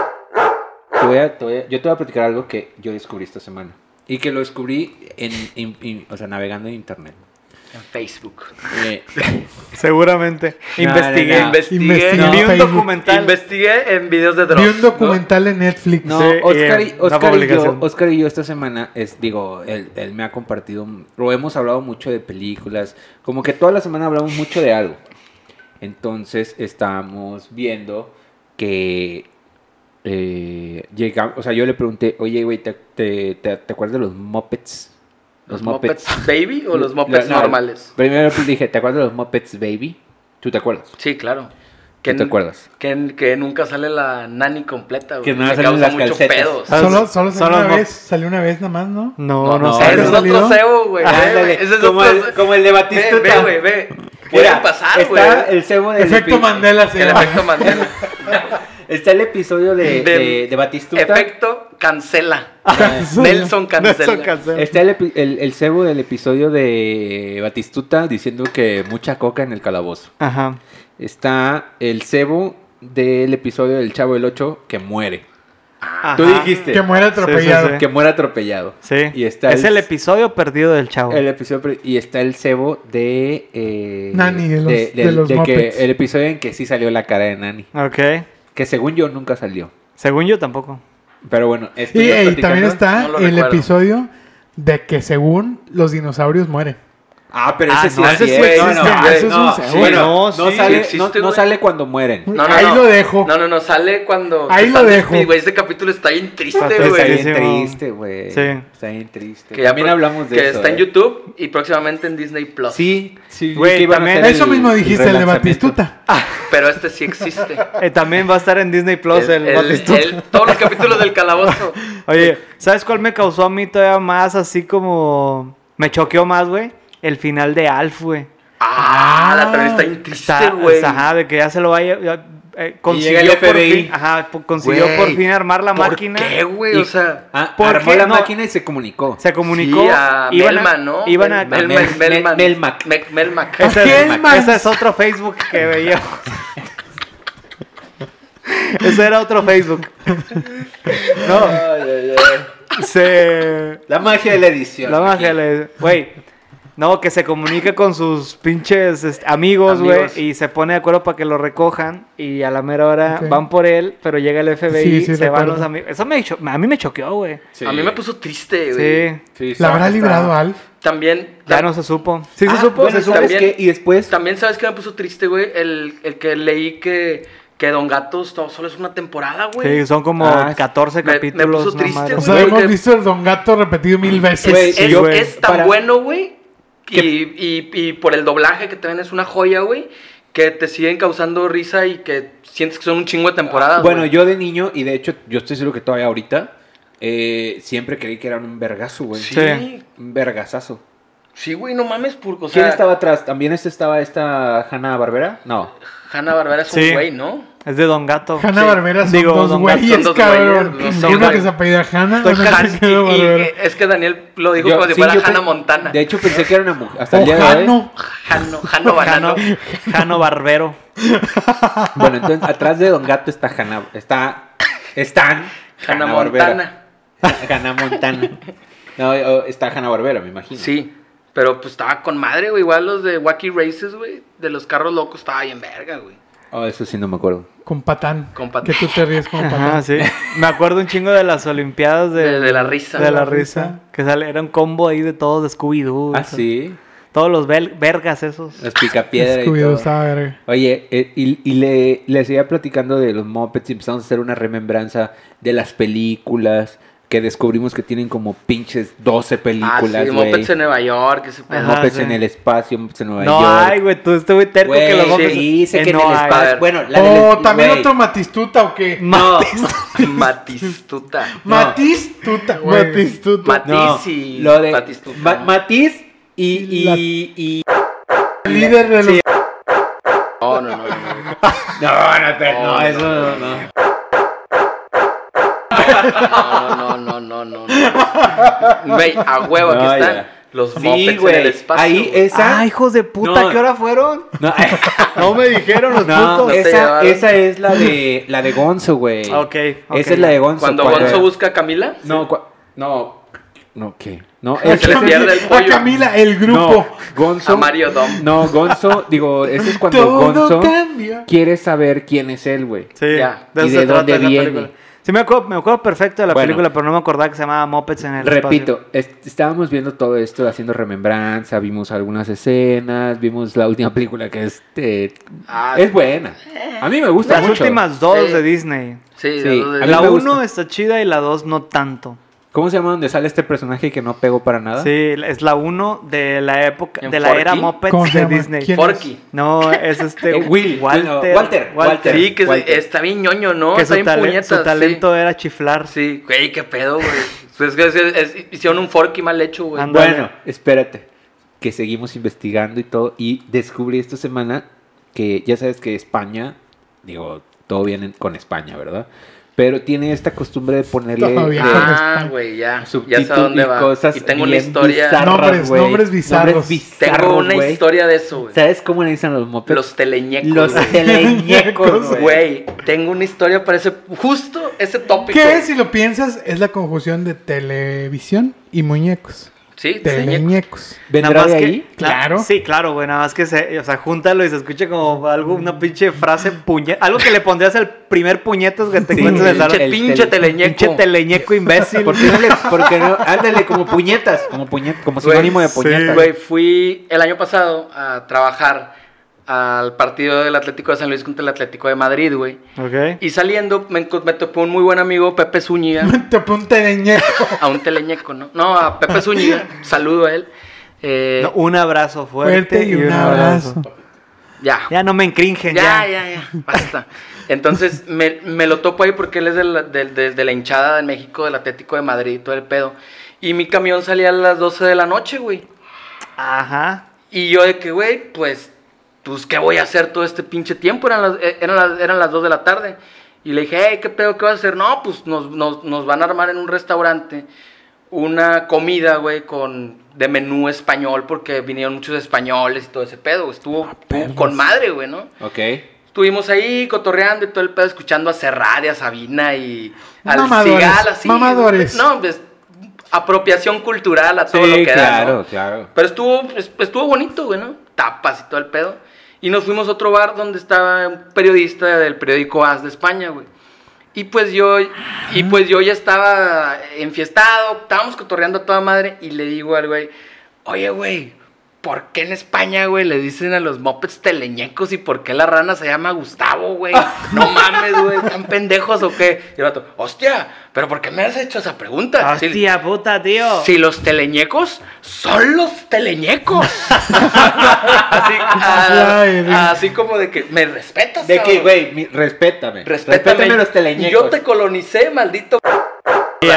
F: Te voy a- te voy a- yo te voy a platicar algo que yo descubrí esta semana. Y que lo descubrí en, en- en- o sea, navegando en internet.
C: en Facebook.
F: Eh,
B: Seguramente.
F: No,
B: Investigué.
F: Ah, no, no.
C: Investigué,
E: Investigué.
B: Vi un
E: Facebook.
B: documental.
C: investigué en videos de drogas.
E: Vi un documental en Netflix.
F: no,
B: Sí,
F: Oscar,
B: eh,
F: y,
B: una
F: Oscar y yo,
B: publicación.
F: Oscar y yo esta semana, es, digo, él, él me ha compartido, o hemos hablado mucho de películas, como que toda la semana hablamos mucho de algo. Entonces estamos viendo que eh, llegamos, o sea, yo le pregunté, oye, güey, ¿te, te, te- te acuerdas de los Muppets?
C: ¿Los Muppets Baby o los Muppets
F: No, no,
C: normales?
F: Primero pues, dije, ¿te acuerdas de los Muppets Baby? ¿Tú te acuerdas?
C: Sí, claro.
F: ¿Tú te acuerdas?
C: Que, que nunca sale la nani completa, güey.
F: Que no
C: Me
F: salen
C: causa
F: las
C: mucho
F: calcetas.
C: pedo.
B: Ah,
E: Solo, solo salió
B: solo
E: una
B: no.
E: vez, salió una vez nada más, ¿no?
B: No, no,
F: No,
B: sé.
C: Ese es
E: ¿Nunca
C: otro
E: salió?
C: cebo, güey.
F: Ándale,
C: Ve, ese es
F: como
C: otro
F: el-
C: cebo.
F: como el de Batistuta.
C: Ve, ve, güey, ve. Puede
F: Mira,
C: pasar, güey.
F: Está el cebo del
E: Efecto
F: epi-
E: Mandela se
C: El
E: llama.
C: efecto Mandela.
F: Está el episodio de,
C: Del-
F: de- de Batistuta.
C: Efecto cancela.
F: Ah,
C: Nelson cancela.
B: Nelson Cancela.
F: Está el, epi- el, el cebo del episodio de Batistuta diciendo que mucha coca en el calabozo.
B: Ajá.
F: Está el cebo del episodio del Chavo del 8 que muere. Tú
B: Ajá.
F: dijiste
E: Que muere atropellado.
B: sí.
F: que muere atropellado.
B: Sí.
F: Y está
B: es el episodio perdido del chavo.
F: el episodio pre- y está el cebo de eh,
E: Nani, de los- de
F: del-
E: los
F: que
E: Muppets.
F: el episodio en que sí salió la cara de Nani,
B: Ok.
F: que según yo nunca salió.
B: Según yo tampoco.
F: Pero bueno, esto
E: Y,
F: ya
E: eh, y
F: platicando-
E: también está
C: No lo
E: el
C: recuerdo.
E: episodio de que según los dinosaurios mueren.
F: Ah, pero
B: Ah,
F: ese sí,
B: no,
F: ese
B: ese
F: sí
B: sí
F: es-
E: existe,
F: no, no,
E: ese es
F: no,
E: un cebo.
F: bueno, no,
B: Sí, no, sí
F: sale,
C: existe,
F: no- no
C: güey.
F: sale cuando mueren.
C: No, no,
E: Ahí
C: no.
E: lo dejo.
C: No, no, no. Sale cuando.
E: Ahí
C: que
E: lo
C: están
E: dejo.
C: tristes, güey. Este capítulo está bien triste,
B: Está
F: Está
C: güey.
F: bien
B: Buenísimo.
F: triste, güey.
B: Sí.
F: Está bien triste.
C: ya
F: también
C: pro-
F: hablamos de
C: Que
F: eso.
C: está en
F: eh.
C: YouTube y próximamente en Disney Plus.
F: Sí, sí,
B: Güey,
F: que iban a
B: también-
F: hacer
E: Eso
F: el-
E: mismo dijiste, el de
F: relanzamiento.
E: Batistuta.
C: Pero este sí existe.
B: Eh, también va a estar en Disney Plus el, Batistuta.
C: el- todos los capítulos del calabozo.
B: Oye, ¿sabes cuál me causó a mí todavía más así como... Me choqueó más, güey? el final de Alf, güey.
C: Ah, la también está bien triste,
B: Está,
C: güey.
B: ajá, de que ya se lo vaya. ya, eh, consiguió
F: llega el
B: por
F: FBI.
B: fin- ajá, po- consiguió
C: Güey,
B: por fin armar la
C: ¿Por
B: máquina.
C: qué, güey?
F: Y-
C: O sea,
F: Ah,
B: ¿por
F: armó
B: qué
F: la
B: no?
F: máquina y se comunicó.
B: Se comunicó.
C: sí, a
B: iban
C: Melman,
B: a-
C: ¿no?
B: Iban a.
C: Melman,
F: Mel-
C: Melman,
F: Mel-
C: Melman.
F: Melmac.
C: Me- Melmac.
B: Ese es-
F: Melman.
B: ese es otro Facebook que veía. ese era otro Facebook. No, se.
F: La magia de la edición.
B: La magia le- Güey. No, que se comunique con sus pinches este, amigos, güey.
C: Amigos.
B: Y se pone de acuerdo para que lo recojan. Y a la mera hora
E: Ok.
B: van por él, pero llega el FBI,
E: Sí, sí,
B: se van
E: recuerdo.
B: los amigos. Eso me cho- a mí me choqueó, güey.
F: Sí.
C: A mí me puso triste, güey.
B: Sí.
F: Sí,
E: ¿La
F: está-
E: habrá
F: está-
E: librado Alf?
C: También.
B: Ya
C: tam-
B: no se supo. Sí,
F: Ah,
B: se supo.
F: bueno,
B: se supo.
F: ¿sabes
C: También-
F: qué? Y después.
C: También, ¿sabes qué me puso triste, güey? El, el que leí que, que Don Gatos no, solo es una temporada, güey.
B: Sí, son como
F: Ah,
C: me-
B: 14
C: me
B: capítulos.
C: puso
B: no
C: triste,
B: madre.
E: O
C: güey.
E: sea, hemos
C: que- eh,
E: visto el Don Gato repetido mil veces.
F: Güey,
C: es,
F: y yo-
C: es tan
F: para-
C: bueno, güey. Y, y- y por el doblaje que también es una joya, güey. Que te siguen causando risa y que sientes que son un chingo de temporadas.
F: Bueno,
C: güey.
F: yo de niño, y de hecho, yo estoy seguro que todavía ahorita, eh, siempre creí que eran un vergazo, güey.
C: Sí,
F: Un vergazazo.
C: sí, güey, no mames, porque, o
F: ¿Quién
C: sea,
F: estaba atrás? ¿También este estaba esta Hanna Barbera? No.
C: Hanna Barbera es
B: Sí.
C: un güey, ¿no?
B: Es de Don Gato.
E: Hanna
C: Sí.
E: Barbera son
B: Digo,
E: dos
B: Don Gato,
E: güeyes,
C: son dos
E: cabrón.
C: güeyes, no son
E: Uno que
C: güey.
E: se apellida Hanna,
C: Estoy
E: uno que
C: Han-
E: se apellida
C: y- y-
E: Barbera.
C: es que Daniel lo dijo
F: Yo-
C: como si
F: sí,
C: fuera
F: yo
C: Hanna
F: pe-
C: Montana.
F: De hecho, pensé que era una mujer. Hasta el
E: O
F: día de hoy.
E: Jano.
C: Hanno, Hanno Banano.
B: Jano, Jano Barbero.
F: Bueno, entonces, atrás de Don Gato está Hanna. Está. Están.
C: Hanna
F: Barbera.
C: Montana.
F: Hanna Montana. No, o- está Hanna Barbera, me imagino.
C: Sí. Pero pues estaba con madre, güey. Igual los de Wacky Races, güey. De los carros locos estaba bien verga, güey.
F: Oh, eso sí no me acuerdo.
E: Con patán.
C: Con patán.
E: Que tú te ríes con
B: Ajá,
E: patán.
B: sí. Me acuerdo un chingo de las Olimpiadas de,
C: De- de la risa.
B: De la
E: La
B: risa.
E: risa.
B: Que sale, era un combo ahí de todos de Scooby-Doo.
F: Ah,
B: eso.
F: sí.
B: Todos los bel- vergas esos.
F: Los picapiedra y
E: Scooby-Doo
F: todo.
E: estaba verga.
F: Oye, eh, y, y le, le seguía platicando de los Muppets y empezamos a hacer una remembranza de las películas que descubrimos que tienen como pinches 12
C: Ah,
F: películas,
C: sí,
F: güey.
C: Muppets en Nueva York, ese pedo.
B: Ajá,
F: Muppets
B: sí.
F: en el espacio, Muppets en Nueva
B: No
F: York.
B: hay, güey. Tú este güey terco que los
F: Güey,
B: hombres-
F: se dice
B: Eh,
F: que
B: no
F: en el
B: hay.
F: espacio.
C: ver.
F: Bueno, la del-
E: O Oh, también
F: güey.
E: otro Matistuta, ¿o qué?
C: No, Matistuta.
E: Matistuta, güey.
B: Matistuta.
F: No,
C: Matiz y
F: lo de
C: Matistuta.
F: Ma- Matiz y, y,
E: La-
F: y-
E: Líder de los...
C: No, no, no, no, no.
F: No, no, pero
C: No,
F: no, eso Oh, no. no.
C: No, no, no, no, no. Güey, a huevo, aquí
F: No,
C: están
F: ya.
C: los
F: Sí,
C: Muppets en el
F: güey.
C: espacio.
F: Ahí
C: güey.
F: esa.
B: Ah, hijos de puta,
F: No.
B: ¿qué hora fueron?
F: No,
B: No me dijeron los
F: no,
B: putos.
C: te
F: esa,
C: llevaron.
F: esa es la de la de Gonzo, güey.
B: Ok, ok,
F: Esa es la de Gonzo.
C: Cuando
F: cuando-
C: Gonzo busca a Camila,
F: No, cua- no. No, ¿qué? No,
C: Que se le pierde el
E: A
C: pollo.
E: Camila, el grupo.
F: No, Gonzo.
C: a Mario Dom.
F: No, Gonzo, digo, ese es cuando
E: Todo
F: Gonzo
E: cambia.
F: quiere saber quién es él, güey.
B: Sí,
C: Ya.
F: ¿Y de dónde
B: esa
F: viene?
B: película. Sí, me acuerdo, me acuerdo perfecto de la
F: Bueno.
B: película, pero no me acordaba que se llamaba Muppets en el espacio.
F: Repito, est- estábamos viendo todo esto, haciendo remembranza, vimos algunas escenas, vimos la última película que es, eh,
C: Ah,
F: es buena. A mí me gusta
B: Las
F: mucho.
B: últimas dos
C: Sí.
B: de Disney.
C: sí,
F: sí.
C: los de-
F: A mí
B: La
F: me
B: uno
F: gusta.
B: está chida y la dos no tanto.
F: ¿Cómo se llama donde sale este personaje que no pegó para nada?
B: Sí, es la uno de la época,
C: ¿En
B: de la
C: Forky?
B: era Muppets
E: ¿Cómo se
B: de
E: llama?
B: Disney.
E: ¿Quién?
C: Forky.
B: No, es este
F: Eh, Will,
B: Walter.
F: no, Walter, Walter.
C: Sí, que es-
F: Walter.
C: está bien ñoño, ¿no?
B: Que
C: está
B: su,
C: bien
B: tale-
C: puñetas.
B: su
C: sí.
B: talento era chiflar.
C: Sí, güey, qué pedo, güey. Pues es que es- es- hicieron un forky mal hecho, güey.
B: Anda.
F: Bueno, espérate. Que seguimos investigando y todo. Y descubrí esta semana que ya sabes que España, digo, todo viene con España, ¿verdad? Pero tiene esta costumbre de ponerle
E: Todo bien.
F: eh,
C: Ah, güey, ya. Ya
F: subtítulos
C: sé a dónde
F: y
C: va.
F: cosas.
C: y tengo una
F: bien
C: historia.
F: bizarras,
E: Nombres,
F: güey.
E: nombres bizarros.
F: Nombres
C: tengo
F: bizarros,
C: una
F: güey.
C: historia de eso, güey.
F: ¿Sabes cómo le dicen los mopeds?
C: Los teleñecos.
F: Los
C: güey.
F: teleñecos, güey.
C: Güey, tengo una historia para ese. Justo ese tópico.
E: ¿Qué si lo piensas? Es la conjunción de televisión y muñecos.
C: Sí, teleñecos.
E: Teleñecos.
F: ¿Vendrá de ahí?
B: Que, claro.
E: Claro.
B: Sí, claro, güey. Nada más que se, o sea, júntalo y se escuche como algo, una pinche frase puñe, algo que le pondrías al primer puñetas que te
F: Sí,
B: encuentres en el
C: Pinche,
F: el
B: salón.
C: pinche
F: tele-
C: teleñeco.
B: Pinche teleñeco imbécil.
F: ¿Por qué no le, por qué no? Ándale, como puñetas. Como, puñet, como sinónimo de
C: sí,
F: puñetas.
C: Güey, fui el año pasado a trabajar al partido del Atlético de San Luis contra el Atlético de Madrid, güey.
B: Ok.
C: Y saliendo me, encon- me topé un muy buen amigo, Pepe Zúñiga.
E: Te pone un teleñeco.
C: a un teleñeco, ¿no? No, a Pepe Zúñiga. Saludo a él. Eh,
B: No, uh, un abrazo fuerte,
E: Fuerte y un abrazo.
C: ya.
B: Ya no me encringen,
C: Ya,
B: ya.
C: ya, ya, basta. Entonces me, me lo topo ahí porque él es de la, de- de- de la hinchada de México, del Atlético de Madrid, todo el pedo. Y mi camión salía a las 12 de la noche, güey.
B: Ajá.
C: Y yo de que, güey, pues, pues, ¿qué voy a hacer todo este pinche tiempo? Eran las, eh, eran las, eran las 2 de la tarde. Y le dije, hey, ¿qué pedo? ¿Qué vas a hacer? No, pues nos, nos, nos van a armar en un restaurante una comida, güey, con, de menú español, porque vinieron muchos españoles y todo ese pedo. güey.
E: Ah,
C: Estuvo estuvo con madre, güey, ¿no?
F: Ok.
C: Estuvimos ahí cotorreando y todo el pedo, escuchando a Serrat y a Sabina y al
E: Mamadores,
C: Cigala, así.
E: mamadores.
C: No, pues, apropiación cultural a todo lo que da,
F: claro,
C: ¿no?
F: claro.
C: Pero estuvo, es- estuvo bonito, güey, ¿no? Tapas y todo el pedo. Y nos fuimos a otro bar donde estaba un periodista del periódico AS de España, güey. Y pues yo, y pues yo ya estaba enfiestado, estábamos cotorreando a toda madre y le digo al güey, oye, güey, ¿por qué en España, güey, le dicen a los mopeds teleñecos y por qué la rana se llama Gustavo, güey? No mames, güey, ¿están pendejos o qué? Y el vato, hostia, ¿pero por qué me has hecho esa pregunta? Sí,
B: Hostia puta, tío.
C: si los teleñecos son los teleñecos. así, ah,
E: Ay, güey.
C: así como de que me respetas.
F: De que,
C: cabrón.
F: güey, mi- respétame.
C: Respétame.
F: los teleñecos.
C: Yo te colonicé, maldito. así,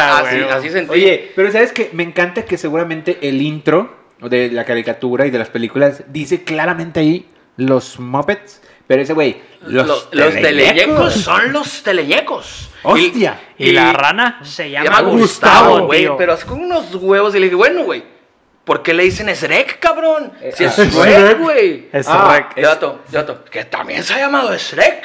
B: güey.
C: así sentí.
F: Oye, pero ¿sabes qué? Me encanta que seguramente el intro de la caricatura y de las películas dice claramente ahí los Muppets, pero ese güey, los,
C: Lo- los, teleñecos
F: teleñecos.
C: son los teleñecos.
F: Hostia.
B: Y, la rana se
C: Se
B: llama,
C: llama Gustavo, güey.
B: tío.
C: Pero así con unos huevos. Y le dije, bueno, güey, ¿por qué le dicen Shrek, cabrón? Si es
F: ah,
C: Shrek, güey.
B: Es
F: Ah,
B: rec.
C: Yo dato, yo dato, que también se ha llamado Shrek.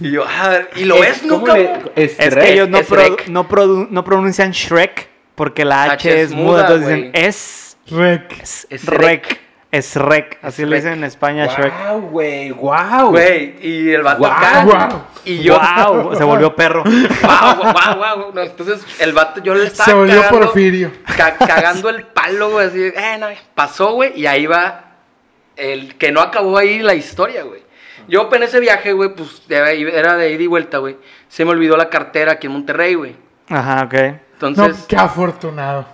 C: Y yo, "Ah, a ver, ¿y lo
F: ¿Cómo
C: es, no, cabrón?
F: le- es
B: Es
F: Shrek?
B: que ellos no,
C: es
B: pro-
C: rec.
B: no, produ- no pronuncian Shrek porque la H, es muda, entonces dicen
C: güey.
B: es,
E: Rec.
B: es,
C: Es
B: rec.
C: rec.
B: Es rec. Así
C: Es
B: le
C: rec.
B: dicen en España Shrek.
F: Wow, güey, wow.
C: Güey, y el vato
F: Guau,
C: acá.
E: guau.
C: Y yo.
B: Guau, se volvió perro.
C: Guau, guau, guau, guau. No, entonces el vato yo le estaba.
E: Se volvió
C: cagando-
E: Porfirio.
C: ca- cagando el palo, güey. Así, eh, no, pasó, güey. Y ahí va el que no acabó ahí la historia, güey. Yo en ese viaje, güey, pues de- era de ida y vuelta, güey. Se me olvidó la cartera aquí en Monterrey, güey.
B: Ajá, ok.
E: No,
C: Entonces,
E: qué afortunado.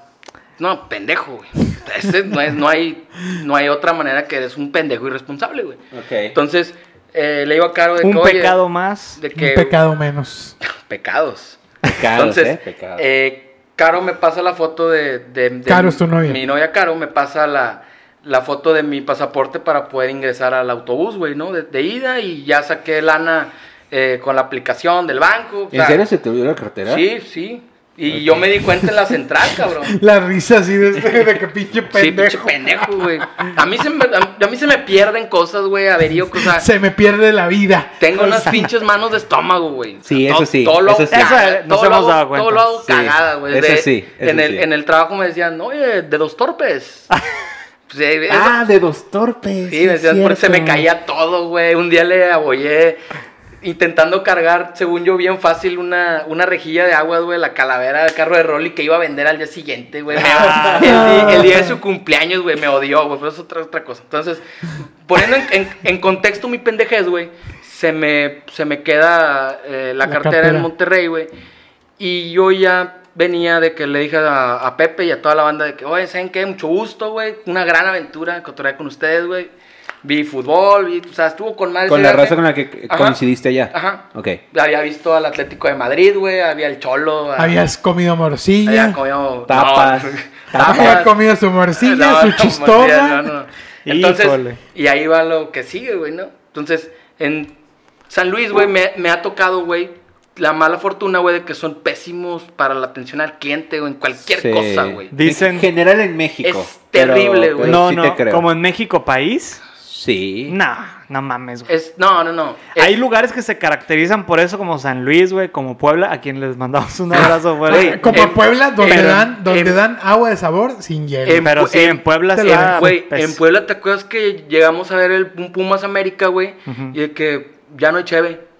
C: no, pendejo, güey. Ese no, es, no, hay, no hay otra manera que eres un pendejo irresponsable, güey.
F: Ok.
C: Entonces, eh, le iba a Caro de
B: Un
C: que, oye,
B: pecado más.
C: De que,
E: Un pecado menos.
C: Pecados.
F: Pecados,
C: Entonces,
F: eh, pecados.
C: eh, Caro me pasa la foto de, de- de-
E: Caro es tu novia.
C: Mi novia Caro me pasa la, la foto de mi pasaporte para poder ingresar al autobús, güey, ¿no? De, de ida y ya saqué lana eh, con la aplicación del banco. o
F: ¿En
C: sea,
F: serio se te olvidó la cartera?
C: Sí, sí. Y yo me di cuenta en la central, cabrón.
E: La risa así de, este- de que pinche
C: Sí, pinche
E: pendejo.
C: pendejo, güey. A mí se me, a mí se me pierden cosas, güey, averío cosas.
E: Se me pierde la vida.
C: Tengo unas pinches manos de estómago, güey.
F: Sí, eso
C: Todo-
F: sí,
C: Todo lo hago
F: eso sí.
C: cagada,
B: Eso nos
C: todo lo
B: hemos
C: hago-
B: dado cuenta.
C: Todo lo hago
F: Sí,
C: cagada, güey.
F: eso
C: De-
F: sí, eso
C: en, el,
F: sí.
C: en el trabajo me decían, oye, dedos torpes. Pues, eh, eso-
F: Ah, de dos torpes.
C: sí, me decían, porque se me caía todo, güey. Un día le abollé intentando cargar, según yo, bien fácil una, una rejilla de agua, güey, la calavera del carro de Rolly que iba a vender al día siguiente, güey. Me-
F: Ah.
C: el, di- el día de su cumpleaños, güey, me odió, güey, pero es otra, otra cosa. Entonces, poniendo en, en- en contexto mi pendejez, güey, se me, se me queda eh, la,
E: La
C: cartera,
E: cartera.
C: en Monterrey, güey. Y yo ya venía de que le dije a, a Pepe y a toda la banda de que, oye, ¿saben qué? Mucho gusto, güey. Una gran aventura, cotorrear con ustedes, güey. Vi fútbol, vi, o sea, estuvo con madre.
F: Con
C: ese
F: la
C: viaje.
F: raza con la que
C: Ajá.
F: coincidiste allá.
C: Ajá.
F: Ok.
C: Había visto al Atlético de Madrid, güey. Había el Cholo. a-
E: Habías comido
C: Había
E: morcilla.
C: comido...
F: Tapas.
C: no,
E: Había comido su morcilla,
C: No,
E: su
C: no,
E: chistona.
C: no, no. Entonces,
B: Híjole.
C: y ahí va lo que sigue, güey, ¿no? Entonces, en San Luis, güey, me, me ha tocado, güey, la mala fortuna, güey, de que son pésimos para la atención al cliente o en cualquier
F: Sí.
C: cosa, güey.
B: Dicen-
F: En general en México.
C: Es terrible,
F: pero-
C: güey.
F: pero
B: No,
F: sí te
B: no.
F: creo.
B: Como en México, país.
F: Sí.
B: Nah, no mames, güey.
C: Es, no, no, no. Eh, Es-
B: Hay lugares que se caracterizan por eso, como San Luis, güey, como Puebla, a quien les mandamos un abrazo,
C: Ah, Güey,
B: güey.
E: Como
C: en-
E: en Puebla, donde,
C: en-
E: dan, donde
C: en-
E: dan agua de sabor sin hielo.
C: en-
B: Pero sí,
C: en-
B: en Puebla
E: te
B: sí.
E: la-
B: era
C: Güey,
B: pes-
C: en Puebla, ¿te acuerdas que llegamos a ver el Pum Pumas América, güey?
B: Ujú.
C: Y de que ya no hay cheve.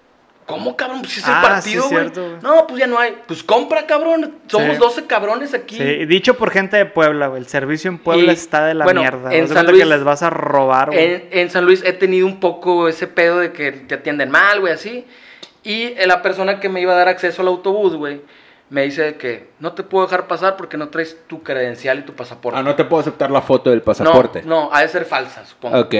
C: ¿Cómo, cabrón? Pues si es el
B: Ah,
C: partido,
B: sí,
C: güey.
B: cierto, güey.
C: no, pues ya no hay. Pues compra, cabrón. Somos
B: Sí.
C: 12 cabrones aquí.
B: Sí, dicho por gente de Puebla, güey. El servicio en Puebla
C: Y,
B: está de la
C: bueno,
B: mierda.
C: en
B: Haz de
C: San
B: cuenta
C: Luis-
B: que les vas a robar, güey.
C: En, en San Luis he tenido un poco ese pedo de que te atienden mal, güey, así. Y eh, la persona que me iba a dar acceso al autobús, güey, me dice de que no te puedo dejar pasar porque no traes tu credencial y tu pasaporte.
F: Ah, no te puedo aceptar la foto del pasaporte.
C: No, no, ha de ser falsa, supongo.
F: Ok.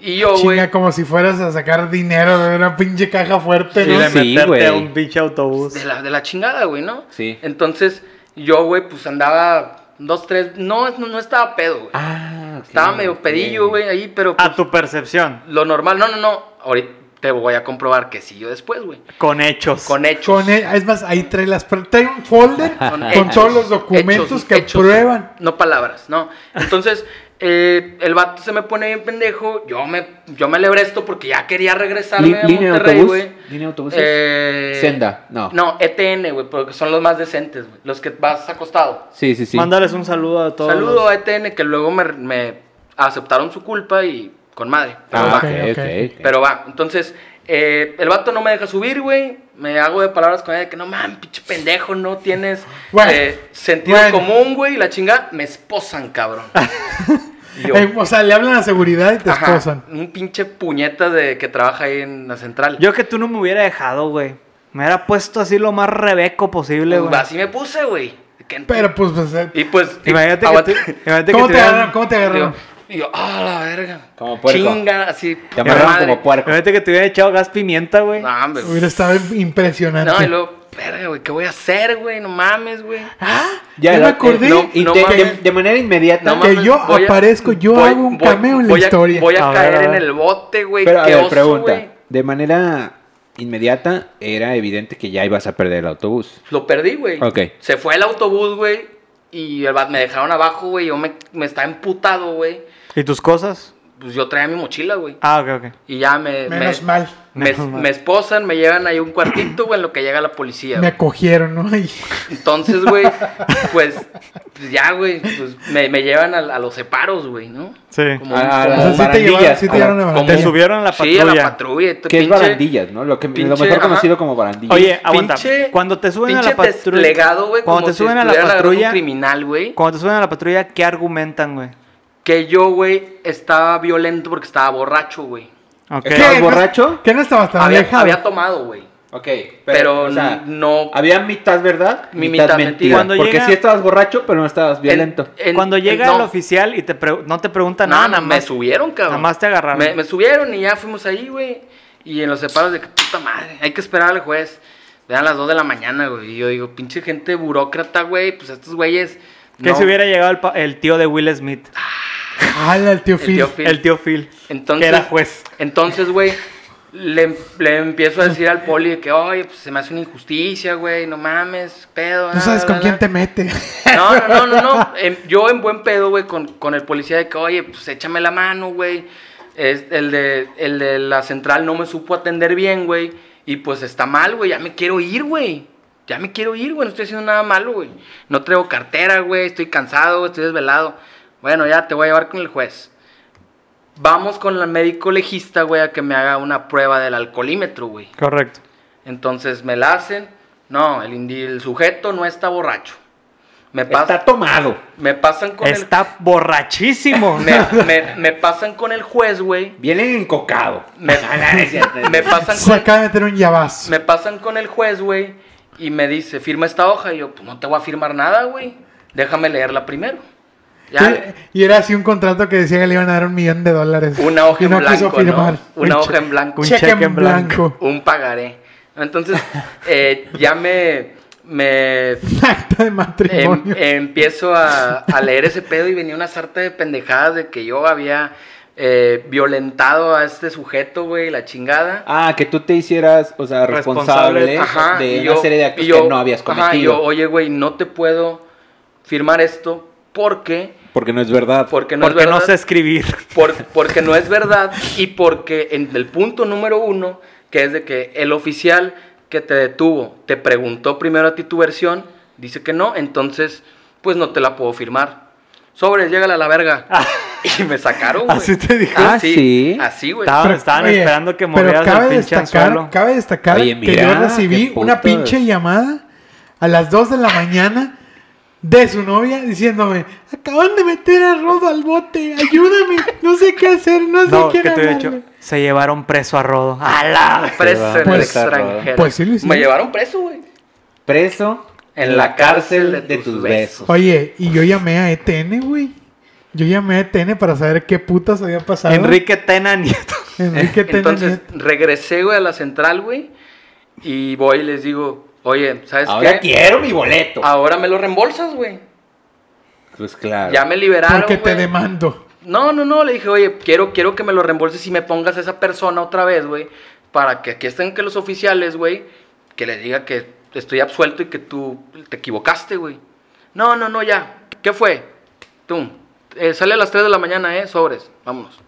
C: Y yo, güey,
E: Chinga, como si fueras a sacar dinero de una pinche caja fuerte,
F: Sí,
E: ¿no?
F: la- Sí,
B: meterte
F: güey.
B: a un pinche autobús.
C: de la, de la chingada, güey, ¿no?
F: Sí.
C: Entonces, yo, güey, pues andaba dos, tres, no, no, no estaba pedo, güey.
F: Ah, ok.
C: Estaba medio pedillo, güey, ahí, pero
B: A
C: pues,
B: tu percepción,
C: lo normal. No, no, no. Ahorita te voy a comprobar que sí yo después, güey.
B: con hechos.
C: Con hechos.
E: Con e- es más, ahí trae las pr- trae un folder
C: Con
E: con
C: hechos,
E: todos los documentos
C: hechos,
E: que
C: hechos,
E: prueban.
C: No palabras, no. Entonces, eh, el vato se me pone bien pendejo. Yo me, yo me alebré esto porque ya quería regresarme
F: Li-
C: a
F: línea de
C: Monterrey,
F: autobús,
C: güey.
F: línea de autobuses.
C: Eh,
F: Senda, no.
C: No, ETN, güey, porque son los más decentes, güey. Los que vas acostado.
F: Sí, sí, sí.
B: Mándales un saludo a todos.
C: Saludo
B: los-
C: a ETN, que luego me, me aceptaron su culpa y con madre. Pero
F: Ah,
C: va.
F: ok,
E: Ok,
F: ok,
E: ok.
F: ok.
C: Pero va, entonces, eh, el vato no me deja subir, güey. Me hago de palabras con él de que no mames, pinche pendejo, no tienes
E: Bueno,
C: eh, sentido
E: bueno.
C: común, güey. Y la chinga, me esposan, cabrón. Y yo,
E: Eh, o sea, le hablan a seguridad y te
C: ajá,
E: esposan.
C: Un pinche puñeta de que trabaja ahí en la central.
B: Yo que tú no me hubiera dejado, güey. Me hubiera puesto así lo más rebeco posible, güey.
C: Así me puse, güey. Que-
E: Pero pues, pues, eh,
C: Y pues. y-
B: Imagínate que,
C: aguanta-
B: tú- imagínate que
E: ¿cómo te
B: hubieran-
E: agarraron? ¿Cómo te
C: digo,
E: agarraron?
C: Y yo, ah, la verga.
F: Como puerco.
C: Chinga, así.
F: Te amarraron
C: madre.
F: como puerco.
B: Imagínate que te hubiera echado gas pimienta, güey.
C: No, hombre, güey.
E: Hubiera estado impresionante.
C: pues, No, y luego, verga, güey, ¿qué voy a hacer, güey? No mames, güey.
E: Ah, ya,
F: Ya, ya,
E: me acordé.
F: eh,
C: no,
F: y
C: no
F: te-
C: mames.
F: de, de manera inmediata.
C: No
E: que
C: mames,
E: yo
C: voy a-
E: aparezco, yo
C: voy-
E: hago un
C: voy-
E: cameo en la
C: voy a-
E: historia.
C: Voy a,
B: A ver,
C: caer
B: a ver.
C: en el bote, güey.
F: Pero a
C: qué
F: ver,
C: oso,
F: pregunta.
C: güey.
F: De manera inmediata era evidente que ya ibas a perder el autobús.
C: Lo perdí, güey.
F: Ok.
C: Se fue el autobús, güey. Y el bat me dejaron abajo, güey. Yo me, me estaba emputado, güey.
B: ¿Y tus cosas?
C: Pues yo traía mi mochila, güey.
B: Ah, ok, ok.
C: Y ya me.
E: Menos
C: me,
E: mal.
C: Me,
B: Menos mal.
C: me esposan, me llevan ahí un cuartito, güey, en lo que llega la policía.
E: Me
C: güey.
E: acogieron, ¿no? Y-
C: Entonces, güey, pues, pues ya, güey, pues me, me llevan a, a los separos, güey, ¿no?
B: Sí.
C: Como
F: A-
C: un-
F: a
E: o
F: la-
E: sea, sí te
F: barandillas,
E: llevaron, sí te
F: a la-
E: llevaron a
C: como-
E: barandillas.
B: Te subieron a la
C: Sí, a la
B: patrulla.
C: patrulla. y tú,
F: Que es
C: pinche-
F: barandillas, ¿no? Lo, que, lo
C: pinche-
F: mejor
C: ajá.
F: conocido como barandillas.
B: Oye, aguanta.
C: Pinche-
B: cuando te suben a la
C: pinche desplegado,
B: patrulla.
C: güey,
B: cuando
C: como
B: te
C: si
B: suben a la
C: estuviera agarrando un
B: patrulla.
C: criminal, güey.
B: Cuando te suben a la patrulla, ¿qué argumentan, güey?
C: Que yo, güey, estaba violento porque estaba borracho, güey.
B: Ok.
F: ¿Qué? ¿Estabas borracho?
E: ¿Qué no estabas tan
C: Había,
E: alejado?
C: había tomado, güey.
F: Ok,
C: Pero no-
F: Había mitad verdad,
C: Mi
F: mitad,
C: mitad
F: mentira.
C: mentira.
B: Cuando
F: Porque
B: llega-
F: sí estabas borracho, pero no estabas violento.
C: En- en-
B: cuando
C: en-
B: llega
C: no.
B: el oficial y te pre- no te pregunta
C: No,
B: nada,
C: no,
B: nada
C: me
B: más.
C: subieron, cabrón.
B: nada más te agarraron.
C: Me, me subieron y ya fuimos ahí, güey. Y en los separos de que puta madre, hay que esperar al juez. Eran las 2 de la mañana, güey. Y yo digo, pinche gente burócrata, güey. Pues estos güeyes.
B: que
C: no. Ah,
B: si hubiera llegado el, pa- el tío de Will Smith,
E: Jala el tío
C: El
E: Phil.
C: tío Phil.
B: el tío Phil,
C: Entonces-
B: que era juez.
C: Entonces, güey, le, le empiezo a decir al poli de que, oye, pues se me hace una injusticia, güey, no mames, pedo.
E: No
C: la,
E: sabes
C: la,
E: con
C: la".
E: quién te mete.
C: No, no, no, no, no. Em, yo en buen pedo, güey, con, con el policía de que, oye, pues échame la mano, güey. Es- El de, el de la central no me supo atender bien, güey. Y pues está mal, güey, ya me quiero ir, güey. Ya me quiero ir, güey, no estoy haciendo nada malo, güey. No traigo cartera, güey, estoy cansado, güey, estoy desvelado. Bueno, ya te voy a llevar con el juez. Vamos con la médico legista, güey, a que me haga una prueba del alcoholímetro, güey.
B: Correcto.
C: Entonces me la hacen. No, el, indi- el sujeto no está borracho. Me pasa,
F: Está tomado.
C: me pasan con
B: Está borrachísimo.
C: el me, me- me pasan con el juez, güey.
F: Vienen encocado.
C: Me, me pasan
E: Se
C: con,
E: acaba de meter un llavazo.
C: me pasan con el juez, güey, y me dice, "Firma esta hoja." Y yo, "Pues no te voy a firmar nada, güey. Déjame leerla primero." Ya,
E: Y y era así un contrato que decía que le iban a dar un millón de dólares.
C: una hoja
E: Y
C: en
E: no quiso
C: blanco,
E: firmar.
C: ¿no? Una
B: Un
C: hoja en blanco.
E: Un
B: Un
E: cheque
B: cheque
E: en
B: en
E: blanco.
C: Un pagaré. Entonces, eh, ya me me
E: Un acta de
C: em-
E: matrimonio.
C: empiezo a, a leer ese pedo y venía una sarta de pendejadas de que yo había eh, violentado a este sujeto, güey, la chingada.
F: Ah, que tú te hicieras, o sea, responsable,
B: Responsable.
C: Ajá,
F: de
C: y
F: una
C: yo-
F: serie de actos
C: y yo-
F: que no habías cometido.
C: Ajá, y yo, oye, güey, no te puedo firmar esto porque,
F: Porque no es verdad.
C: porque no
B: porque
C: es verdad.
B: no sé escribir.
C: por- porque no es verdad y porque en el punto número uno, que es de que el oficial que te detuvo te preguntó primero a ti tu versión, dice que no, entonces pues no te la puedo firmar. Sobres, llégala a la verga. Y me sacaron, güey.
B: Así te dijo.
F: Ah, sí.
C: Así, güey.
B: Estaba-
E: Pero,
B: Ah, estaban
E: oye,
B: esperando que
E: pero
B: movieras
E: cabe
B: el pinche
E: destacar,
B: anzuelo.
E: Cabe destacar
F: Oye,
E: que yo
F: mira,
E: recibí
F: qué
E: una
F: putas.
E: pinche llamada a las 2 de la mañana de su novia diciéndome, acaban de meter a Rodo al bote, ayúdame, no sé qué hacer, no sé
B: No,
E: quién
B: que te hubiera
E: hablarle".
B: dicho, se llevaron preso a Rodo. Ah, ¡Ala!
C: Preso en el
E: Pues-
C: extranjero.
E: pues sí lo hicieron.
C: Me llevaron preso, güey.
F: Preso en la cárcel de, tus besos.
E: Oye, y yo llamé a ETN, güey. Yo llamé a ETN para saber qué putas había pasado.
B: Enrique Tena Nieto.
E: Enrique ETN.
C: Entonces regresé, güey, a la central, güey. Y voy y les digo, oye, ¿sabes
F: Ahora
C: qué?
F: quiero mi boleto.
C: Ah, Ahora me lo reembolsas, güey.
F: Pues claro.
C: Ya me liberaron.
E: porque te
C: güey.
E: demando.
C: No, no, no, le dije, oye, quiero, quiero que me lo reembolses y me pongas a esa persona otra vez, güey, para que aquí estén que los oficiales, güey, que le diga que estoy absuelto y que tú te equivocaste, güey. No, no, no, ya. ¿Qué fue? Tú, eh, sale a las 3 de la mañana, ¿eh? Sobres, vámonos.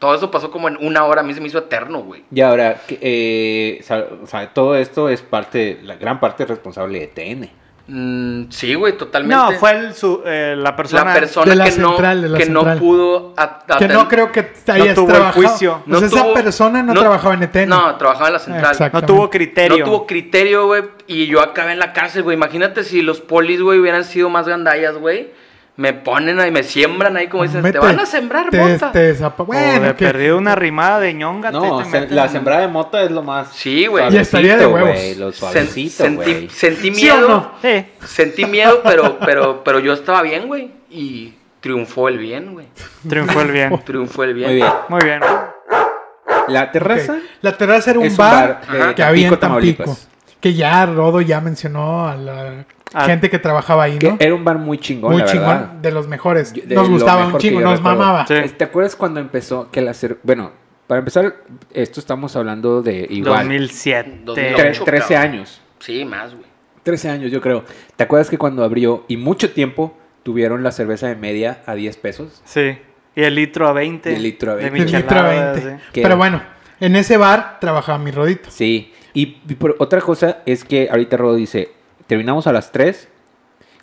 C: Todo eso pasó como en una hora, a mí se me hizo eterno, güey.
F: Y ahora, que, eh, sa- o sea, todo esto es parte, la gran parte responsable de TN.
C: Mm, sí, güey, totalmente.
B: No, fue el su- eh, la persona.
C: la persona
E: De la
C: que,
E: central, de
C: no,
E: la
C: que
E: central.
C: no pudo at-
E: Que
C: atend-
E: no creo que hayas
B: tuvo el
E: trabajado.
B: juicio.
E: Pues
C: no
E: esa
C: tuvo-
E: persona no, trabajaba en E ETN.
C: No, trabajaba en la central.
E: Exacto.
B: No tuvo criterio.
C: No tuvo criterio, güey. Y yo acabé en la cárcel, güey. Imagínate si los polis, güey, hubieran sido más gandallas, güey. Me ponen ahí, me siembran ahí, como dicen,
E: Mete-
C: te van a sembrar,
E: te-
C: mota.
E: te zapa-
B: Bueno,
E: Bueno, que-
B: perdido una rimada de ñonga. te-
F: No,
B: te
F: se-
B: meten
F: la
B: en-
F: sembrada de mota es lo más.
C: Sí, güey.
E: Y estaría de
F: suavecito,
E: huevos.
F: güey, Lo
C: Sen-
F: Pues suavecito,
C: sentí,
F: güey.
C: sentí
E: ¿Sí o
C: miedo.
E: no?
B: Sí.
C: Sentí miedo, pero, pero, pero yo estaba bien, güey. Y triunfó el bien, güey.
B: Triunfó el bien.
C: Triunfó el bien.
F: Muy bien.
B: Muy bien.
F: La terraza.
E: Ok. La terraza era un
F: Es un
E: bar,
F: bar de
E: que había en
F: Tamaulipas.
E: Tampico. Que ya Rodo ya mencionó a la
B: Ah.
E: gente que trabajaba ahí,
F: que
E: ¿no?
F: era un bar muy chingón,
E: Muy
F: la
E: chingón,
F: verdad.
E: de los mejores.
F: Yo- de
E: nos
F: lo
E: gustaba un
F: mejor que
E: chingo,
F: yo
E: nos
F: recuerdo.
E: mamaba.
B: Sí.
F: ¿Te acuerdas cuando empezó que la cer- Bueno, para empezar, esto estamos hablando de igual.
B: 2007.
C: Tre-
F: tre-
C: ocho,
F: 13
C: cabrón.
F: años.
C: Sí, más, güey.
F: 13 años, yo creo. ¿Te acuerdas que cuando abrió y mucho tiempo tuvieron la cerveza de media a 10 pesos?
B: Sí. Y el litro a 20.
F: Y el litro a 20.
B: De
E: Del litro a 20.
B: micheladas, sí.
F: ¿Qué?
E: Pero bueno, en ese bar trabajaba mi Rodito.
F: Sí. Y, y por- otra cosa es que ahorita Rodo dice, terminamos a las 3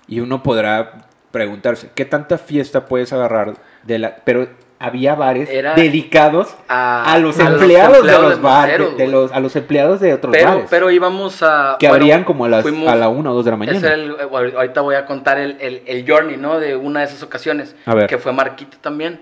F: y uno podrá preguntarse, ¿qué tanta fiesta puedes agarrar de la... Pero había bares
C: Era-
F: dedicados
C: A-
F: a los
C: a los
F: empleados de
C: empleados
F: los
C: de
F: bares,
C: meseros,
F: de
C: güey.
F: los, a los empleados de otros
C: Pero,
F: bares.
C: pero íbamos a.
F: que
C: bueno,
F: abrían como a, las,
C: fuimos-
F: a la 1 o 2 de la
C: Ese
F: mañana.
C: era el- ahor- ahorita voy a contar el, el- el journey, ¿no? De una de esas ocasiones.
F: A ver.
C: Que fue Marquito también.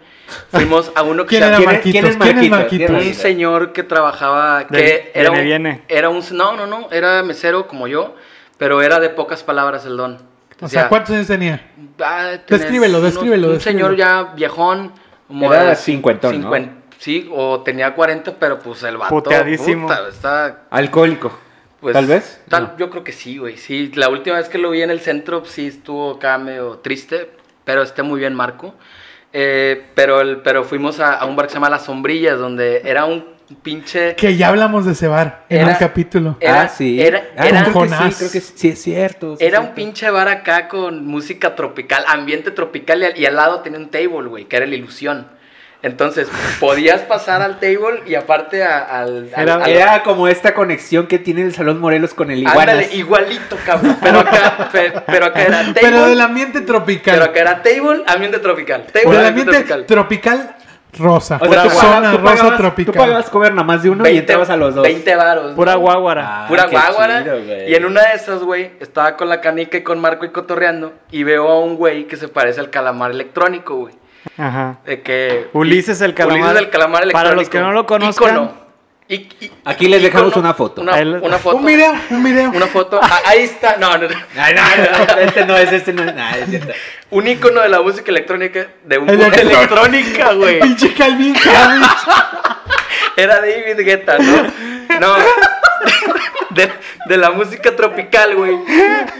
C: Fuimos a uno que
E: ¿Quién
C: se
E: era
F: ¿Quién es-
E: Marquitos?
F: quién es Marquitos?
E: Marquitos?
F: ¿Quién
C: un señor que trabajaba que
B: Del-
C: era
B: viene,
C: un,
B: viene.
C: era un no no no era mesero como yo pero era de pocas palabras el don
E: O sea,
C: Decía,
E: ¿cuántos años tenía?
C: ah, tenés
E: Descríbelo, descríbelo,
C: un
E: descríbelo.
C: señor ya viejón
F: Era cincuentón, ¿no?
C: cincuen- sí o tenía 40 pero pues el vato
B: Puteadísimo.
C: puta, está
F: Alcohólico.
C: pues,
F: ¿Tal vez?
C: tal-
F: No.
C: Yo creo que sí, güey. Sí, la última vez que lo vi en el centro pues, sí estuvo acá medio triste, pero esté muy bien Marco. Eh, pero, el, pero fuimos a, a un bar que se llama Las Sombrillas, donde era un pinche...
E: Que ya hablamos de ese bar en
C: Era-
E: un capítulo.
C: Era-
F: ah, sí.
C: era-
F: Ah,
C: era-
F: creo que sí,
E: Jonás.
F: creo que sí, sí es cierto. sí es
C: Era un
F: cierto.
C: pinche bar acá con música tropical, ambiente tropical, y al, y al lado tenía un table, güey, que era la ilusión. Entonces, podías pasar al table y aparte a- al... al-
B: Era-
C: al-
F: Era como esta conexión que tiene el Salón Morelos con el Iguanas.
C: ándale, igualito, cabrón. Pero acá, pe- pero acá era table.
E: Pero del ambiente tropical.
C: Pero que era table, ambiente tropical. Table,
E: del
C: ambiente
E: ambiente
C: tropical.
E: tropical, rosa.
F: O sea, tú,
E: zona
F: pagabas, tú,
E: rosa
F: pagabas,
E: tropical.
F: tú pagabas comer nada más de uno y entrabas a los dos.
C: 20 varos. ¿no?
B: Pura guaguara.
F: Ah,
C: Pura
F: qué
C: guaguara.
F: chido, güey.
C: y en una de esas, güey, estaba con la canica y con Marco y cotorreando. Y veo a un güey que se parece al calamar electrónico, güey.
F: Ah.
B: Ajá.
C: De que.
B: Ulises el calamar.
C: Ulises el calamar electrónico.
B: Para los que no lo conozcan.
C: Ícono. Í- í-
F: Aquí les dejamos una foto.
C: Una,
B: Ahí lo-
C: una
F: Oh,
C: foto.
E: Un video, un video.
C: Una foto. Ah, ahí está. No, no, no.
F: Ay, no, no, este no es, este no es. nah, es cierto.
C: Un icono de la música electrónica. De un
E: El de-
C: de electrónica, güey.
E: Pinche Calvin Harris.
C: Era David Guetta, ¿no? No. De, de la música tropical, güey.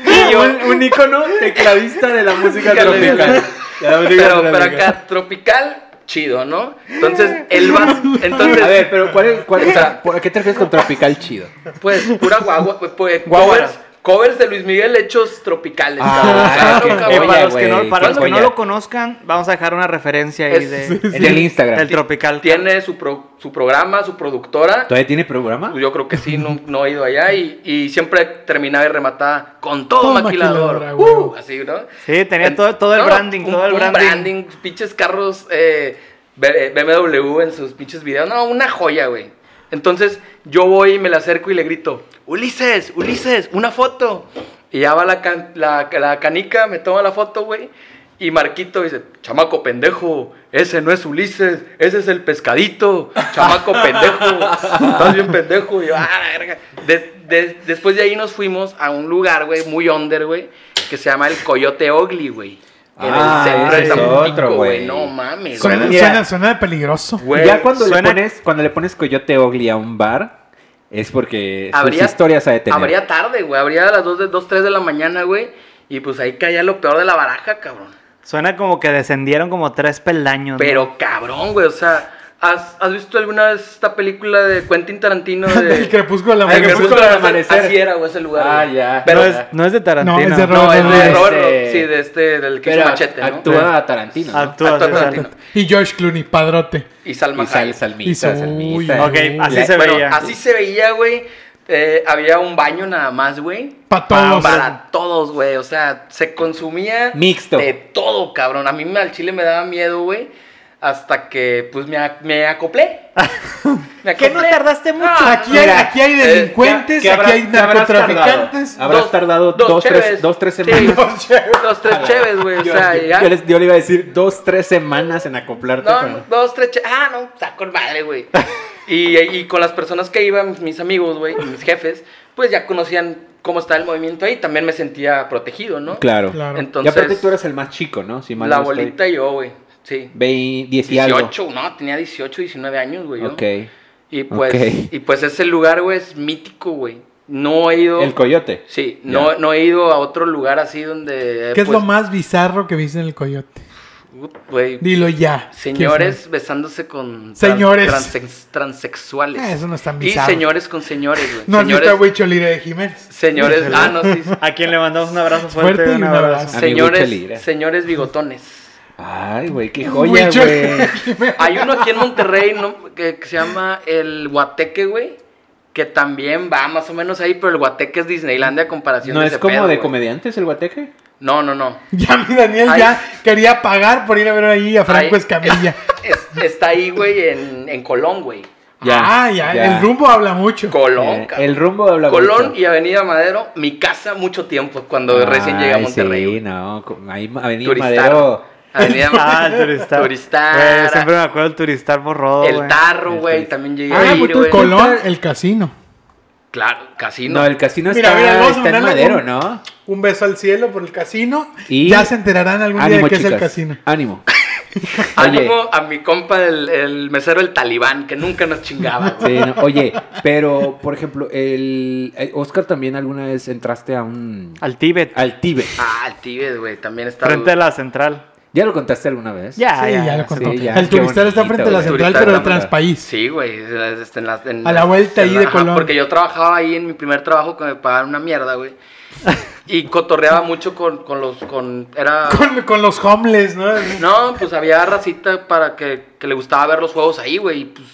C: Y yo,
F: un, un ícono tecladista de la música
C: Música
F: tropical. De la música
C: pero, pero
F: tropical.
C: acá, tropical, chido, ¿no? Entonces, el va. Entonces,
F: A ver, pero ¿cuál es, cuál, o sea, ¿por qué te refieres con tropical chido?
C: pues, pura guagua. Pues, pues,
B: Guaguara.
C: covers, covers de Luis Miguel hechos tropicales.
F: Ah,
C: cabrón.
F: qué
B: Eh,
C: Claro,
F: joya,
B: para
C: cabrón.
B: los que, no,
F: güey,
B: para
F: qué
B: los que no
F: joya.
B: lo conozcan, vamos a dejar una referencia ahí
C: Es-
B: de,
C: sí,
F: En el Instagram.
B: del tropical.
C: Tiene su, pro- su programa, su productora. Pues,
F: ¿Todavía tiene programa?
C: Yo creo que sí, no, no he ido allá y, y siempre terminaba y remataba con todo,
E: Todo
C: maquilador.
E: maquiladora,
C: Uh,
E: güey.
C: así, ¿no?
B: Sí, tenía
C: En-
B: todo, todo el
C: no, no,
B: branding,
C: un-
B: todo el
C: un
B: branding.
C: pinches carros eh, B- eh, BMW en sus pinches videos. No, una joya, güey. Entonces yo voy y me le acerco y le grito, Ulises, Ulises, una foto. Y ya va la, can- la, la canica, me toma la foto, güey. Y Marquito dice, chamaco pendejo, ese no es Ulises, ese es el pescadito, chamaco pendejo, estás bien pendejo. Y yo, "Ah, la verga". De- de- después de ahí nos fuimos a un lugar, güey, muy under, güey, que se llama el Coyote Ogli, güey. En
F: Ah,
C: el centro
F: ese
C: de
F: es otro,
C: Tampico,
F: güey.
C: güey. No mames,
E: Suena,
C: güey.
F: Mira.
E: suena, suena peligroso.
C: Güey,
F: ya cuando
B: suena-
F: le pones cuando le pones Coyote Ogli a un bar es porque
C: habría-
F: sus historias ha de tener.
C: Habría tarde, güey. Habría a las 2, 2 3 de la mañana, güey. Y pues ahí caía lo peor de la baraja, cabrón.
B: Suena como que descendieron como tres peldaños. ¿no?
C: Pero cabrón, güey, o sea, ¿has, has visto alguna vez esta película de Quentin Tarantino? De...
E: El crepúsculo de la
C: El
F: El
E: mañana.
F: crepúsculo
C: crepúsculo del
F: del amanecer.
C: Así era, güey, ese lugar.
F: Ah,
C: güey.
F: ya.
C: Pero
B: no,
C: es,
B: es, no es de Tarantino.
E: No, es de Robert
C: no, es de
E: Rodríguez.
C: Robert,
F: Este-
C: sí, de este, del que
F: Pero
C: hizo
F: act-
C: Machete, ¿no?
F: actúa a Tarantino. ¿no?
B: Actúa,
C: Actúa
B: sí,
C: Tarantino.
E: Y George Clooney, padrote.
C: Y Salma
F: Y sal,
C: Hayek.
E: Y
F: salmita,
E: su-
F: salmita.
B: Ok, así
F: La-
B: se
C: Bueno,
B: veía.
C: así se veía, güey. Eh, había un baño nada más, güey.
E: Pa'
C: Pa-
E: todos.
C: Para todos, güey. O sea, se consumía.
F: Mixto.
C: De todo, cabrón. A mí me- al chile me daba miedo, güey. Hasta que, pues, me, a- me acoplé. Me
F: Que no
C: acoplé. Ah,
F: tardaste mucho.
E: Aquí hay,
F: Mira,
E: aquí hay
C: eh,
E: delincuentes,
F: ¿Qué habrás-
E: aquí hay
F: qué habrás
E: narcotraficantes.
F: tardado? Habrás tardado dos, tres-
C: cheves.
F: dos, tres
C: Sí,
F: semanas.
C: dos, cheves. Dos,
E: Ah,
C: tres cheves, güey. O
F: Yo,
C: sea,
F: yo-
C: ya.
F: yo les, yo le iba a decir dos, tres semanas en acoplarte.
C: No,
F: con-
C: no, dos, tres che- Ah, no, saco el madre, güey. Y, y con las personas que iban, mis- mis amigos, güey, y mis jefes, pues ya conocían cómo estaba el movimiento ahí. También me sentía protegido, ¿no?
F: Claro.
E: Claro.
F: y aparte
C: Entonces,
F: tú eres el más chico, ¿no? Si mal
C: la
F: no estoy.
C: bolita y yo, güey. Sí.
F: Vei- diez y algo.
C: 18, no, tenía 18, 19 años, güey. yo.
F: Ok.
C: Y pues,
F: ok.
C: y pues ese lugar, güey, es mítico, güey. No he ido.
F: El coyote.
C: Sí, no,
F: Ya.
C: no he ido a otro lugar así donde. he
E: ¿Qué es lo
C: puesto-
E: más bizarro que viste en el coyote?
C: Güey,
E: Dilo ya.
C: Señores besándose con trans-
E: Señores.
C: transex- transexuales.
E: Ah, eso no es tan
C: Y
E: bizarro.
C: señores con señores, güey.
E: No has visto a
C: señores,
E: Huicholire de Jiménez.
C: señores, ah, no, sí.
B: A quien le mandamos un abrazo fuerte,
E: Fuerte y
B: un
E: un
B: abrazo.
E: abrazo.
F: Amigo
C: señores,
F: Chelira.
C: señores bigotones.
F: Ay, güey, qué joya,
E: Huichol-
F: güey.
C: Hay uno aquí en Monterrey ¿no? que, que se llama el Guateque, güey, que también va más o menos ahí, pero el Guateque es Disneylandia a comparación
F: ¿No
C: de
F: es
C: ese
F: como
C: pedo,
F: de
C: güey.
F: comediantes el guateque?
C: No, no, no.
E: Ya mi Daniel
C: Ay.
E: ya quería pagar por ir a ver ahí a Franco
C: Ahí-
E: Escamilla.
C: es- está ahí, güey, en, en Colón, güey.
E: ah, ya, el rumbo habla mucho.
C: Colón,
F: Eh,
C: cabrón.
F: el rumbo habla
C: Colón
F: mucho.
C: y Avenida Madero, mi casa mucho tiempo cuando recién llegué a
F: Ay,
C: Monterrey.
F: Sí,
C: güey.
F: no, co- ahí ma- Avenida
C: Turistar.
F: Madero.
C: Avenida
B: Ah,
C: Madero.
B: el turistar.
C: Turistar.
B: Güey, siempre me acuerdo del turistar borrado,
C: El
B: güey.
C: tarro,
F: El
C: güey,
F: Turistar.
C: también llegué
E: Ah,
C: a ir,
E: pues tú,
C: güey.
E: Colón, el casino.
C: Claro,
F: No,
C: casino.
F: el casino
E: Mira,
F: está,
E: mira, vamos a
F: está en
E: mandarle
F: Madero,
E: un-
F: ¿no?
E: Un beso al cielo por el casino.
F: Y-
E: Ya se enterarán algún día
F: Ánimo,
E: de qué es
F: chicas.
E: el casino.
F: Ánimo. Oye,
C: Ánimo a mi compa, el, el mesero, el talibán, que nunca nos chingaba, güey.
F: sí, no, oye, pero, por ejemplo, el eh, Oscar también alguna vez entraste a un...
B: Al Tíbet.
F: Al Tíbet.
C: Ah, el Tíbet, güey, también está...
B: Frente a la central.
F: ¿Ya lo contaste alguna vez?
B: Ya,
E: sí,
B: ya.
E: ya lo
F: sí,
E: contó.
F: ya,
E: el
F: qué
E: turistar está
F: bonito,
E: frente a la
F: güey.
E: central,
C: Turistar
E: pero de
C: está-
E: Transpaís.
C: Sí, güey, este, en las- en-
E: A la vuelta ahí de
C: ajá,
E: Colón.
C: Porque yo trabajaba ahí en mi primer trabajo que me pagaban una mierda, güey. Y cotorreaba mucho con, con los... Con, era...
E: Con, con los homeless, ¿no?
C: No, pues había racita para que, que le gustaba ver los juegos ahí, güey. Y pues,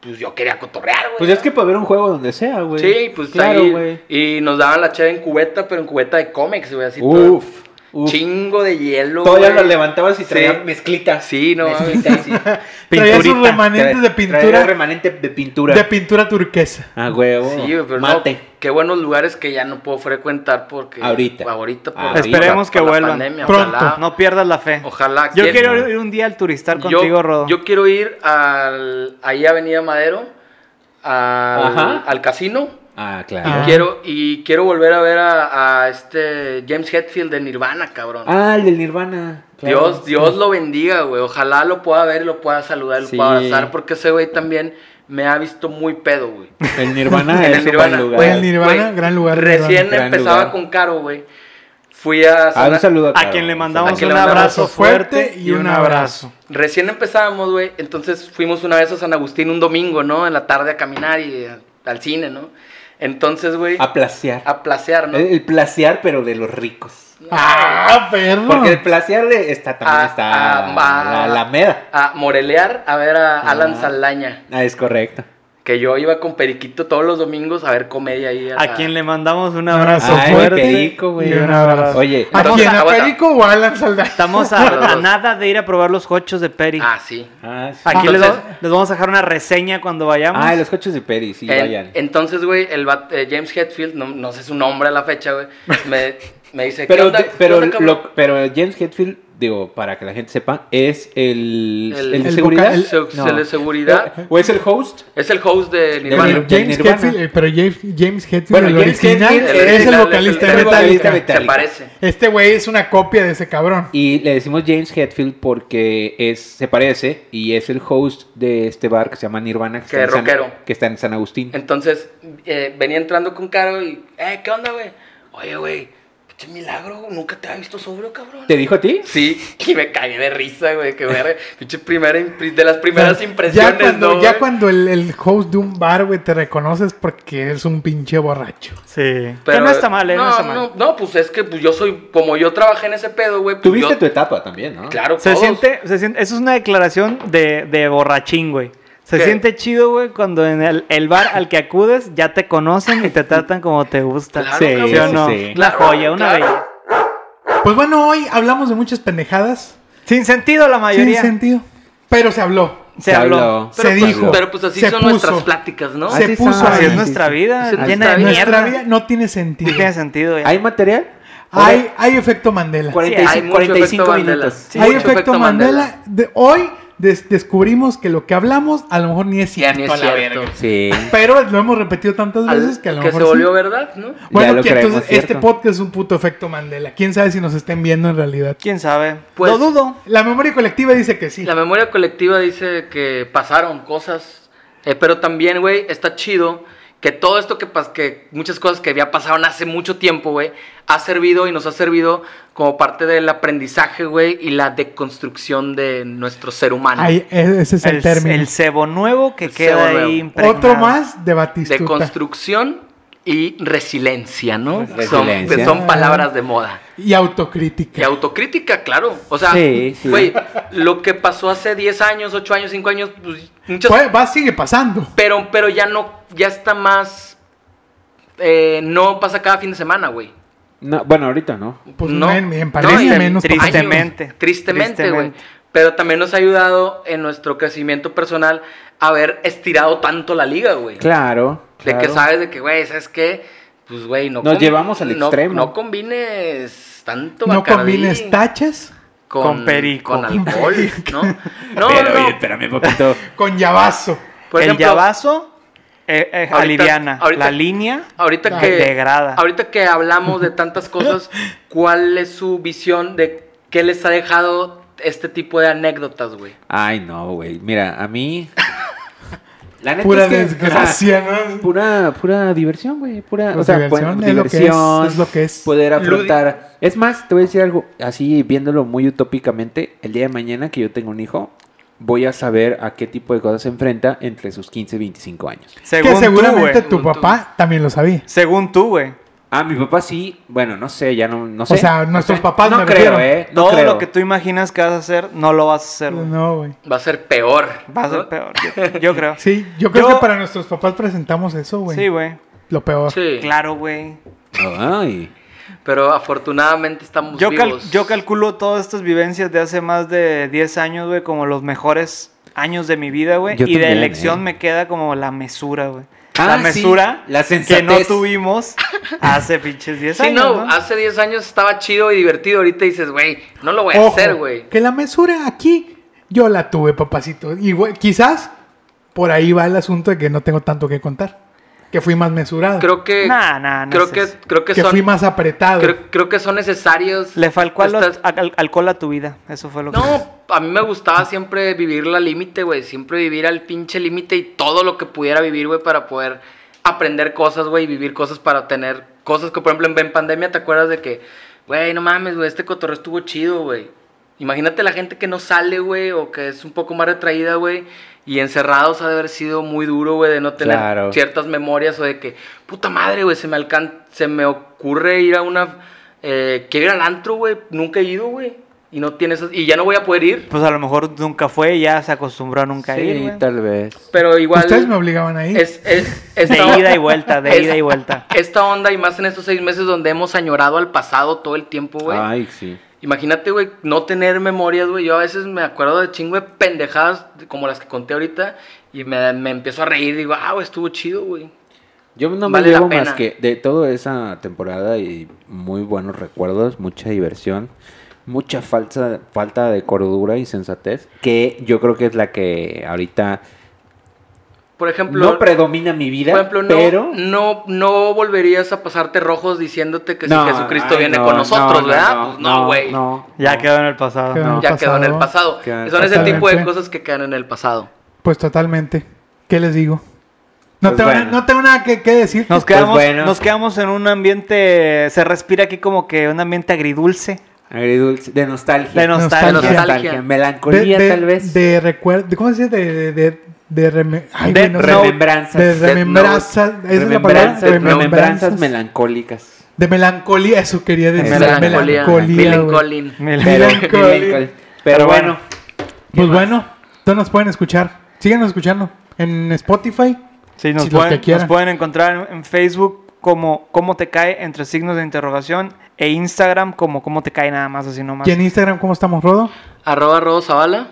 C: pues yo quería cotorrear, güey.
F: Pues es que para ver un juego donde sea, güey.
C: Sí, pues
F: claro,
C: ahí.
F: güey.
C: Y nos daban la cheve en cubeta, pero en cubeta de cómics, güey. Así todo.
F: Uf, uf.
C: Chingo de hielo.
F: Todavía
C: güey.
F: lo levantabas y
C: Sí.
F: traía mezclita.
C: Sí, no mames.
F: Mezclita, sí.
E: Traía sus
B: Pinturita.
E: remanentes de
F: Traía- traía
E: pintura.
F: remanente de pintura.
E: De pintura turquesa.
F: Ah, huevo.
C: Sí, güey, pero
F: Mate.
C: no. Qué buenos lugares que ya no puedo frecuentar porque.
F: Ahorita.
C: Ahorita. por-
F: Ahorita.
B: Esperemos que
C: por la
B: vuelvan.
C: pandemia,
E: Pronto.
C: ojalá.
B: No pierdas la fe.
C: Ojalá.
B: Yo
C: que-
B: quiero ir un día al turistar
C: Yo-
B: contigo, Rodo.
C: Yo quiero ir al, ahí a Avenida Madero, al,
F: Ajá.
C: al casino.
F: Ah,
C: Y
F: claro.
E: Ah.
C: quiero, y quiero volver a ver a, a este James Hetfield de Nirvana, cabrón.
F: Ah, el del Nirvana. claro.
C: Dios, Dios lo bendiga, güey. Ojalá lo pueda ver, lo pueda saludar, lo
F: Sí.
C: pueda abrazar, porque ese güey también me ha visto muy pedo, güey.
F: El Nirvana
C: En
F: es
C: el Nirvana,
F: un buen
C: güey,
F: lugar.
E: El Nirvana,
C: güey,
E: gran lugar,
C: Recién
F: Nirvana. Gran
C: empezaba
F: lugar.
C: con Caro, güey. Fui a...
F: Ah,
C: Sana-
F: un saludo
B: a
F: Caro.
B: quien le mandamos
C: A quien
B: un
C: le mandamos
B: abrazo
E: un fuerte
B: fuerte
E: y un abrazo.
C: Recién empezábamos, güey. Entonces fuimos una vez a San Agustín un domingo, ¿no? En la tarde a caminar y a- al cine, ¿no? Entonces, güey,
F: A Eh, placear.
C: a placear, ¿no?
F: El, el placear, pero de los ricos.
E: Ah, perro.
F: Porque el placear de- está también
C: Ah,
F: está
C: ah, va.
F: la Alameda.
C: A morelear a ver a Alan
F: Ah.
C: Saldaña.
F: Ah, es correcto.
C: Que yo iba con Periquito todos los domingos a ver comedia ahí.
B: A quien le mandamos un abrazo
E: abrazo
F: Ay, mi
B: fuerte.
F: perico, güey.
E: y un abrazo.
F: Oye,
E: ¿A
C: Entonces,
E: quién? ¿A
C: aguanta.
E: Perico o a Alan Saldaña?
B: Estamos a, a nada de ir a probar los cochos de Peri.
C: Ah, sí.
F: ah, sí.
B: Aquí
C: Entonces-
B: les, va- les vamos a dejar una reseña cuando vayamos.
F: Ah, los coches de Peri, sí,
C: En-
F: vayan.
C: entonces, güey, el vato- eh, James Hetfield, no, no sé su nombre a la fecha, güey, me, me dice,
F: pero,
C: ¿qué onda?
F: de-
C: ¿Qué
F: pero,
C: onda, cabrón?"
F: lo- pero James Hetfield, digo, para que la gente sepa, es el,
C: El-
F: el,
C: el
F: de
E: vocal-
F: seguridad.
E: el-
C: Se-
F: No.
C: se le seguridad.
F: ¿O es el host?
C: Es el host de
E: Pero
C: Nirvana.
F: del
E: James
F: Nirvana.
E: Hetfield, eh, pero James, James Hetfield,
F: Bueno,
E: el
F: James
E: original,
F: Hetfield,
C: el
E: es el
C: original,
E: vocalista
C: es
E: de
C: el
E: Metallica.
F: vocalista de
C: Se
F: Metallica.
C: parece.
E: Este güey es una copia de ese cabrón.
F: Y le decimos James Hetfield porque es, se parece y es el host de este bar que se llama Nirvana. Que,
C: Que
F: está, en San,
C: rockero.
F: que está en San Agustín.
C: Entonces, eh, venía entrando con Caro y, eh, ¿qué onda, güey? Oye, güey, Che milagro, nunca te había visto sobrio, cabrón.
F: ¿Te dijo a ti?
C: Sí, y me caí de risa, güey. Que verga. Pinche primera impre- de las primeras
E: sea,
C: impresiones,
E: ya cuando,
C: ¿no?
E: ya
C: güey?
E: cuando el, el host de un bar, güey, te reconoces porque eres un pinche borracho.
B: Sí.
C: Pero-
B: que no está mal, eh, no,
C: no,
B: está mal.
C: No, no, pues es que pues, yo soy, como yo trabajé en ese pedo, güey. pues,
F: Tuviste
C: yo-
F: tu etapa también, ¿no?
C: Claro,
B: Se
C: todos.
B: siente, se siente, eso es una declaración de, de borrachín, güey. Se
C: ¿Qué?
B: siente chido, güey, cuando en el, el bar al que acudes ya te conocen y te tratan como te gusta.
C: Claro,
F: Sí,
C: cabrón.
B: ¿Sí o no?
F: sí.
B: Una
C: Claro,
B: joya, una
C: claro.
B: belleza.
E: Pues bueno, hoy hablamos de muchas pendejadas.
B: Sin sentido la mayoría.
E: Sin sentido. Pero se habló.
B: se habló.
C: Pero
E: se
C: pues-
E: dijo,
C: Pero pues así
E: se
C: son
E: puso.
C: nuestras pláticas, ¿no?
E: Se
F: Así
E: puso
F: son.
B: Así
E: ahí.
B: es nuestra vida,
C: Así es
B: llena de
C: nuestra
B: mierda.
E: Nuestra vida no tiene
B: No
E: sentido.
B: tiene sentido, güey.
F: ¿Hay material?
E: Hay, hay efecto Mandela.
F: Cuarenta
B: Sí,
F: y
C: hay
F: cinco-
C: mucho
F: 45,
C: efecto Mandela.
F: minutos.
C: Sí,
E: hay
C: mucho
E: efecto, Mandela. De- hoy des- descubrimos que lo que hablamos a lo mejor ni es cierto.
C: Ni es
E: a la
C: cierto.
E: verga.
F: Sí.
E: Pero lo hemos repetido tantas
C: Al-
E: veces que a lo
C: que se
E: mejor. sí.
C: volvió verdad, ¿no?
F: Ya
E: Bueno,
F: lo
E: que
F: creemos
E: entonces este
F: cierto.
E: podcast es un puto efecto Mandela. Quién sabe si nos estén viendo en realidad.
B: ¿Quién sabe?
C: Pues-
B: lo dudo.
E: La memoria colectiva dice que sí.
C: La memoria colectiva dice que pasaron cosas, eh, pero también, güey, está chido que todo esto que, pas- que muchas cosas que había pasado hace mucho tiempo, güey, ha servido y nos ha servido como parte del aprendizaje, güey, y la deconstrucción de nuestro ser humano.
E: Ahí, e- ese es el,
B: El,
E: término.
B: el cebo nuevo que
C: El
B: queda
C: cebo nuevo.
B: ahí impregnado.
E: Otro más de Batistuta.
C: Deconstrucción y resiliencia, ¿no? Son- pues,
F: Resiliencia.
C: son palabras de moda.
E: Y autocrítica.
C: Y autocrítica, claro. O sea,
F: Sí, sí.
C: güey, lo que pasó hace 10 años, 8 años, 5 años, pues, muchas,
E: Pues, va, sigue pasando.
C: pero, pero ya no, ya está más, eh, no pasa cada fin de semana, güey.
F: No, bueno, ahorita no.
E: Pues
C: No.
E: no, en, en
C: No,
E: pandemia
C: y
E: menos.
B: triste-
E: papá.
B: Tristemente.
C: Años. Tristemente, güey.
B: Tristemente.
C: Pero también nos ha ayudado en nuestro crecimiento personal haber estirado tanto la liga, güey.
F: Claro.
C: De
F: claro.
C: que sabes de que, güey, ¿sabes qué? Pues, güey, no
F: Nos
C: combi-
F: llevamos al
C: no-
F: extremo.
C: No combines tanto
E: No
C: Bacardí.
E: combines tachas
B: Con perico.
C: Con alcohol, ¿no? No, no,
F: Pero,
C: no.
F: oye, espérame un poquito.
E: con llavazo.
C: Por
B: el
C: ejemplo,
B: llavazo eh, eh,
C: ahorita-
B: aliviana.
C: ahorita-
B: la línea
C: ahorita
E: Ay,
C: que
B: degrada.
C: ahorita que hablamos de tantas cosas, ¿cuál es su visión de qué les ha dejado este tipo de anécdotas, güey?
F: Ay, no, güey. Mira, a mí. La neta
E: Pura
F: es que-
E: desgracia, ¿no?
F: o sea, pura, pura diversión, güey. Pura,
E: Pues
F: o sea,
E: diversión,
F: bueno,
E: es lo que es,
F: diversión,
E: es lo que es.
F: Poder
C: Ludi-
F: afrontar. Es más, te voy a decir algo, así viéndolo muy utópicamente. El día de mañana que yo tengo un hijo, voy a saber a qué tipo de cosas se enfrenta entre sus 15 y 25 años.
B: Según
E: que seguramente
B: tú, güey.
E: tu
C: Según tú.
E: papá también lo sabía.
B: Según tú, güey.
F: Ah, mi papá sí, bueno, no sé, ya no, no sé.
E: O sea, nuestros
F: sé.
E: papás
F: no
E: me
F: creo,
E: refiero.
F: ¿eh? No
B: Todo
F: creo.
B: lo que tú imaginas que vas a hacer, no lo vas a hacer, güey.
E: No, güey.
C: Va a ser peor.
B: Va a ser
C: ¿no?
B: peor. Yo, yo creo.
E: Sí, yo creo
B: Yo-
E: que para nuestros papás presentamos eso, güey.
B: Sí, güey.
E: Lo peor.
C: Sí,
B: Claro, güey.
F: Ay.
C: pero afortunadamente estamos
B: Yo, cal-
C: vivos.
B: yo calculo todas estas vivencias de hace más de 10 años, güey, como los mejores años de mi vida, güey. Y
F: Yo
B: de
F: también,
B: elección
F: eh.
B: me queda como la mesura, güey.
F: Ah,
B: la
F: sí,
B: mesura
F: la
B: que no
F: sensatez.
B: tuvimos hace pinches 10
C: Sí,
B: años.
C: no,
B: ¿no?
C: hace 10 años estaba chido y divertido. Ahorita dices, güey, no lo voy a
E: Ojo,
C: hacer, güey.
E: Que la mesura aquí yo la tuve, papacito. Y güey, quizás por ahí va el asunto de que no tengo tanto que contar. Que fui más mesurado.
C: Creo que.
B: Nah, nah, no
C: creo,
B: es
C: que
B: eso.
C: creo que
E: que fui
C: son.
E: más apretado.
C: Creo, creo que son necesarios.
B: Le falcó al-
C: estas-
B: al- alcohol a tu vida. Eso fue lo que.
C: No, a mí me gustaba siempre vivir la límite, güey. Siempre vivir al pinche límite y todo lo que pudiera vivir, güey, para poder aprender cosas, güey, y vivir cosas para tener cosas que, por ejemplo, en, en pandemia, ¿te acuerdas de que, güey, no mames, güey, este cotorreo estuvo chido, güey? Imagínate la gente que no sale, güey, o que es un poco más retraída, güey, y encerrados ha de haber sido muy duro, güey, de no tener
F: Claro.
C: ciertas memorias o de que, puta madre, güey, se me alcan se me ocurre ir a una, eh, quiero ir al antro, güey, nunca he ido, güey, y no tiene esas, y ya no voy a poder ir,
B: Pues a lo mejor nunca fue, ya se acostumbró a nunca ir.
F: Sí,
B: güey.
F: tal vez.
C: pero igual
E: Ustedes me obligaban ahí.
C: es, es-
B: De
C: esta-
B: ida y vuelta, de
C: es-
B: ida y vuelta.
C: Esta onda y más en estos seis meses donde hemos añorado al pasado todo el tiempo, güey.
F: Ay, sí.
C: Imagínate, güey, no tener memorias, güey. Yo a veces me acuerdo de chingo de pendejadas como las que conté ahorita y me, me empiezo a reír. Digo, ah, güey, estuvo chido, güey.
F: Yo no me
C: Vale la
F: llevo
C: pena.
F: más que de toda esa temporada y muy buenos recuerdos, mucha diversión, mucha falsa, falta de cordura y sensatez, que yo creo que es la que ahorita
C: Por ejemplo,
F: no predomina mi vida,
C: por ejemplo no,
F: pero...
C: no, no volverías a pasarte rojos diciéndote que
F: No,
C: si Jesucristo
F: ay,
C: viene
F: no,
C: con
F: no,
C: nosotros,
F: no,
C: ¿verdad?
F: no,
C: Pues no, güey.
F: no,
B: Ya
F: no.
B: quedó en el pasado.
E: Quedó en el
C: Ya quedó en el pasado.
F: Quedó en el
C: Son ese
F: pasado.
C: tipo de
E: Totalmente.
C: cosas que quedan en el pasado.
E: Pues totalmente. ¿Qué les digo? No,
F: Pues
E: tengo,
F: bueno.
E: no tengo nada que, que decir.
B: Nos
F: Pues
B: quedamos,
F: bueno.
B: nos quedamos en un ambiente, se respira aquí como que un ambiente agridulce.
F: Agridulce, de nostalgia.
B: De nostalgia.
F: De
C: Nostalgia.
F: Melancolía, tal vez.
E: De recuerdo. ¿Cómo se dice? De. de, de, de reme- ay,
B: De
E: güey, no sé.
F: remembranzas.
E: De
F: Death
E: remembranzas. Esa es la palabra.
F: remembranzas, remembranzas melancólicas.
E: De melancolía, eso quería decir.
C: Melancolía.
E: Melancolía.
C: Bill
E: güey.
C: Colin.
F: Pero,
E: Melancolía.
F: melancol- pero
B: Pero
F: bueno,
E: Pues bueno, todos nos pueden escuchar. Síganos escuchando en Spotify.
B: Sí, nos,
E: Sí, los que
B: pueden,
E: quieran.
B: nos pueden encontrar en Facebook como cómo te cae entre signos de interrogación e Instagram como cómo te cae nada más así nomás.
E: Y en Instagram, ¿cómo estamos, Rodo?
C: Arroba Rodo Zavala.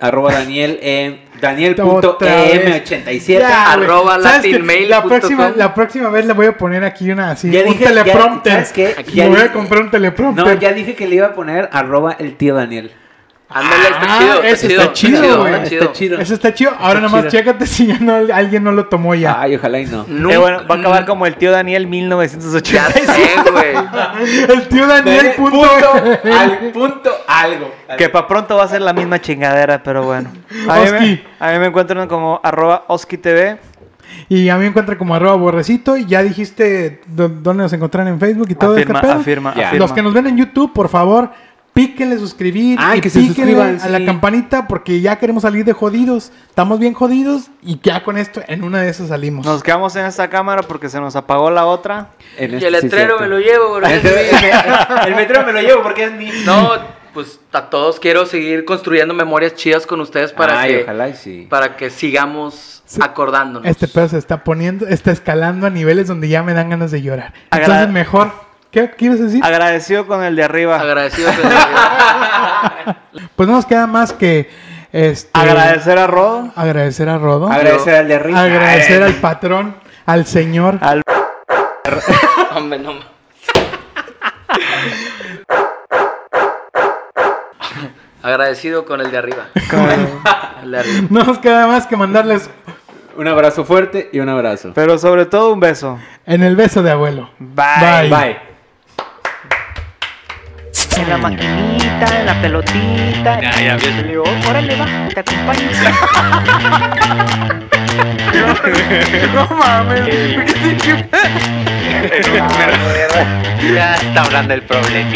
F: arroba Daniel, eh,
E: Otra
F: Daniel.em87.
E: Ya, güey.
C: arroba
E: ¿Sabes qué?
C: latinmail
E: La
C: punto
E: próxima,
C: com.
E: la próxima vez le voy a poner aquí una así.
F: Ya
E: un
F: dije, ya-
E: teleprompter.
F: ¿sabes qué?
E: Me
F: Ya
E: voy a
F: dije-
E: comprar un teleprompter.
F: No, ya dije que le iba a poner arroba el tío Daniel.
C: Ándale, está
E: Ah,
C: chido.
E: ese está chido, güey.
C: está
F: Está chido.
E: Eso está chido. Ahora
F: Está
E: nomás
F: chido.
E: chécate si ya no, alguien no lo tomó ya.
F: Ay, ojalá y no.
C: Nunca-
B: Eh, bueno, va a acabar como el tío Daniel
C: Ya
B: 1980.
C: sé, güey.
E: El tío Daniel punto.
F: al punto algo.
B: Que para pronto va a ser la misma chingadera, pero bueno. A mí, me,
E: Oski.
B: a mí me encuentran como arroba OskiTV.
E: Y a mí me encuentra como arroba borrecito. Y ya dijiste dó- dónde nos encuentran en Facebook y todo
B: Afirma,
E: este pedo.
B: afirma,
F: Ya.
B: afirma.
E: Los que nos ven en YouTube, por favor, píquenle suscribir
F: Ah,
E: y
F: que se
E: píquenle
F: suscriban,
E: a la
F: sí.
E: campanita porque ya queremos salir de jodidos. Estamos bien jodidos y ya con esto en una de esas salimos.
B: Nos quedamos en esta cámara porque se nos apagó la otra.
F: En
C: Y
F: este
C: el
F: sí
C: letrero
F: cierto.
C: me lo llevo, bro.
F: El letrero- el letrero me lo llevo porque es mío.
C: No, pues a todos quiero seguir construyendo memorias chidas con ustedes para
F: Ay,
C: que
F: ojalá y sí.
C: para que sigamos
E: Sí.
C: acordándonos.
E: Este pedo se está poniendo, está escalando a niveles donde ya me dan ganas de llorar.
B: Agra-
E: Entonces mejor, ¿qué quieres decir?
B: Agradecido con el de arriba.
C: Agradecido. con Dios.
E: Pues no nos queda más que este,
B: Agradecer a Rodo.
E: agradecer a Rodo,
F: Agradecer al de arriba.
E: agradecer al patrón, al señor.
B: Al
C: Hombre, no. Agradecido con el de arriba. El de arriba.
E: No nos queda más que mandarles
F: Un abrazo fuerte y un abrazo.
B: Pero sobre todo un beso.
E: en el beso de abuelo.
B: Bye.
F: Bye.
A: En la maquinita, en la pelotita. Ya, ya, Le digo, órale, va, te acompaño. Eh,
D: Ya está hablando el problemita.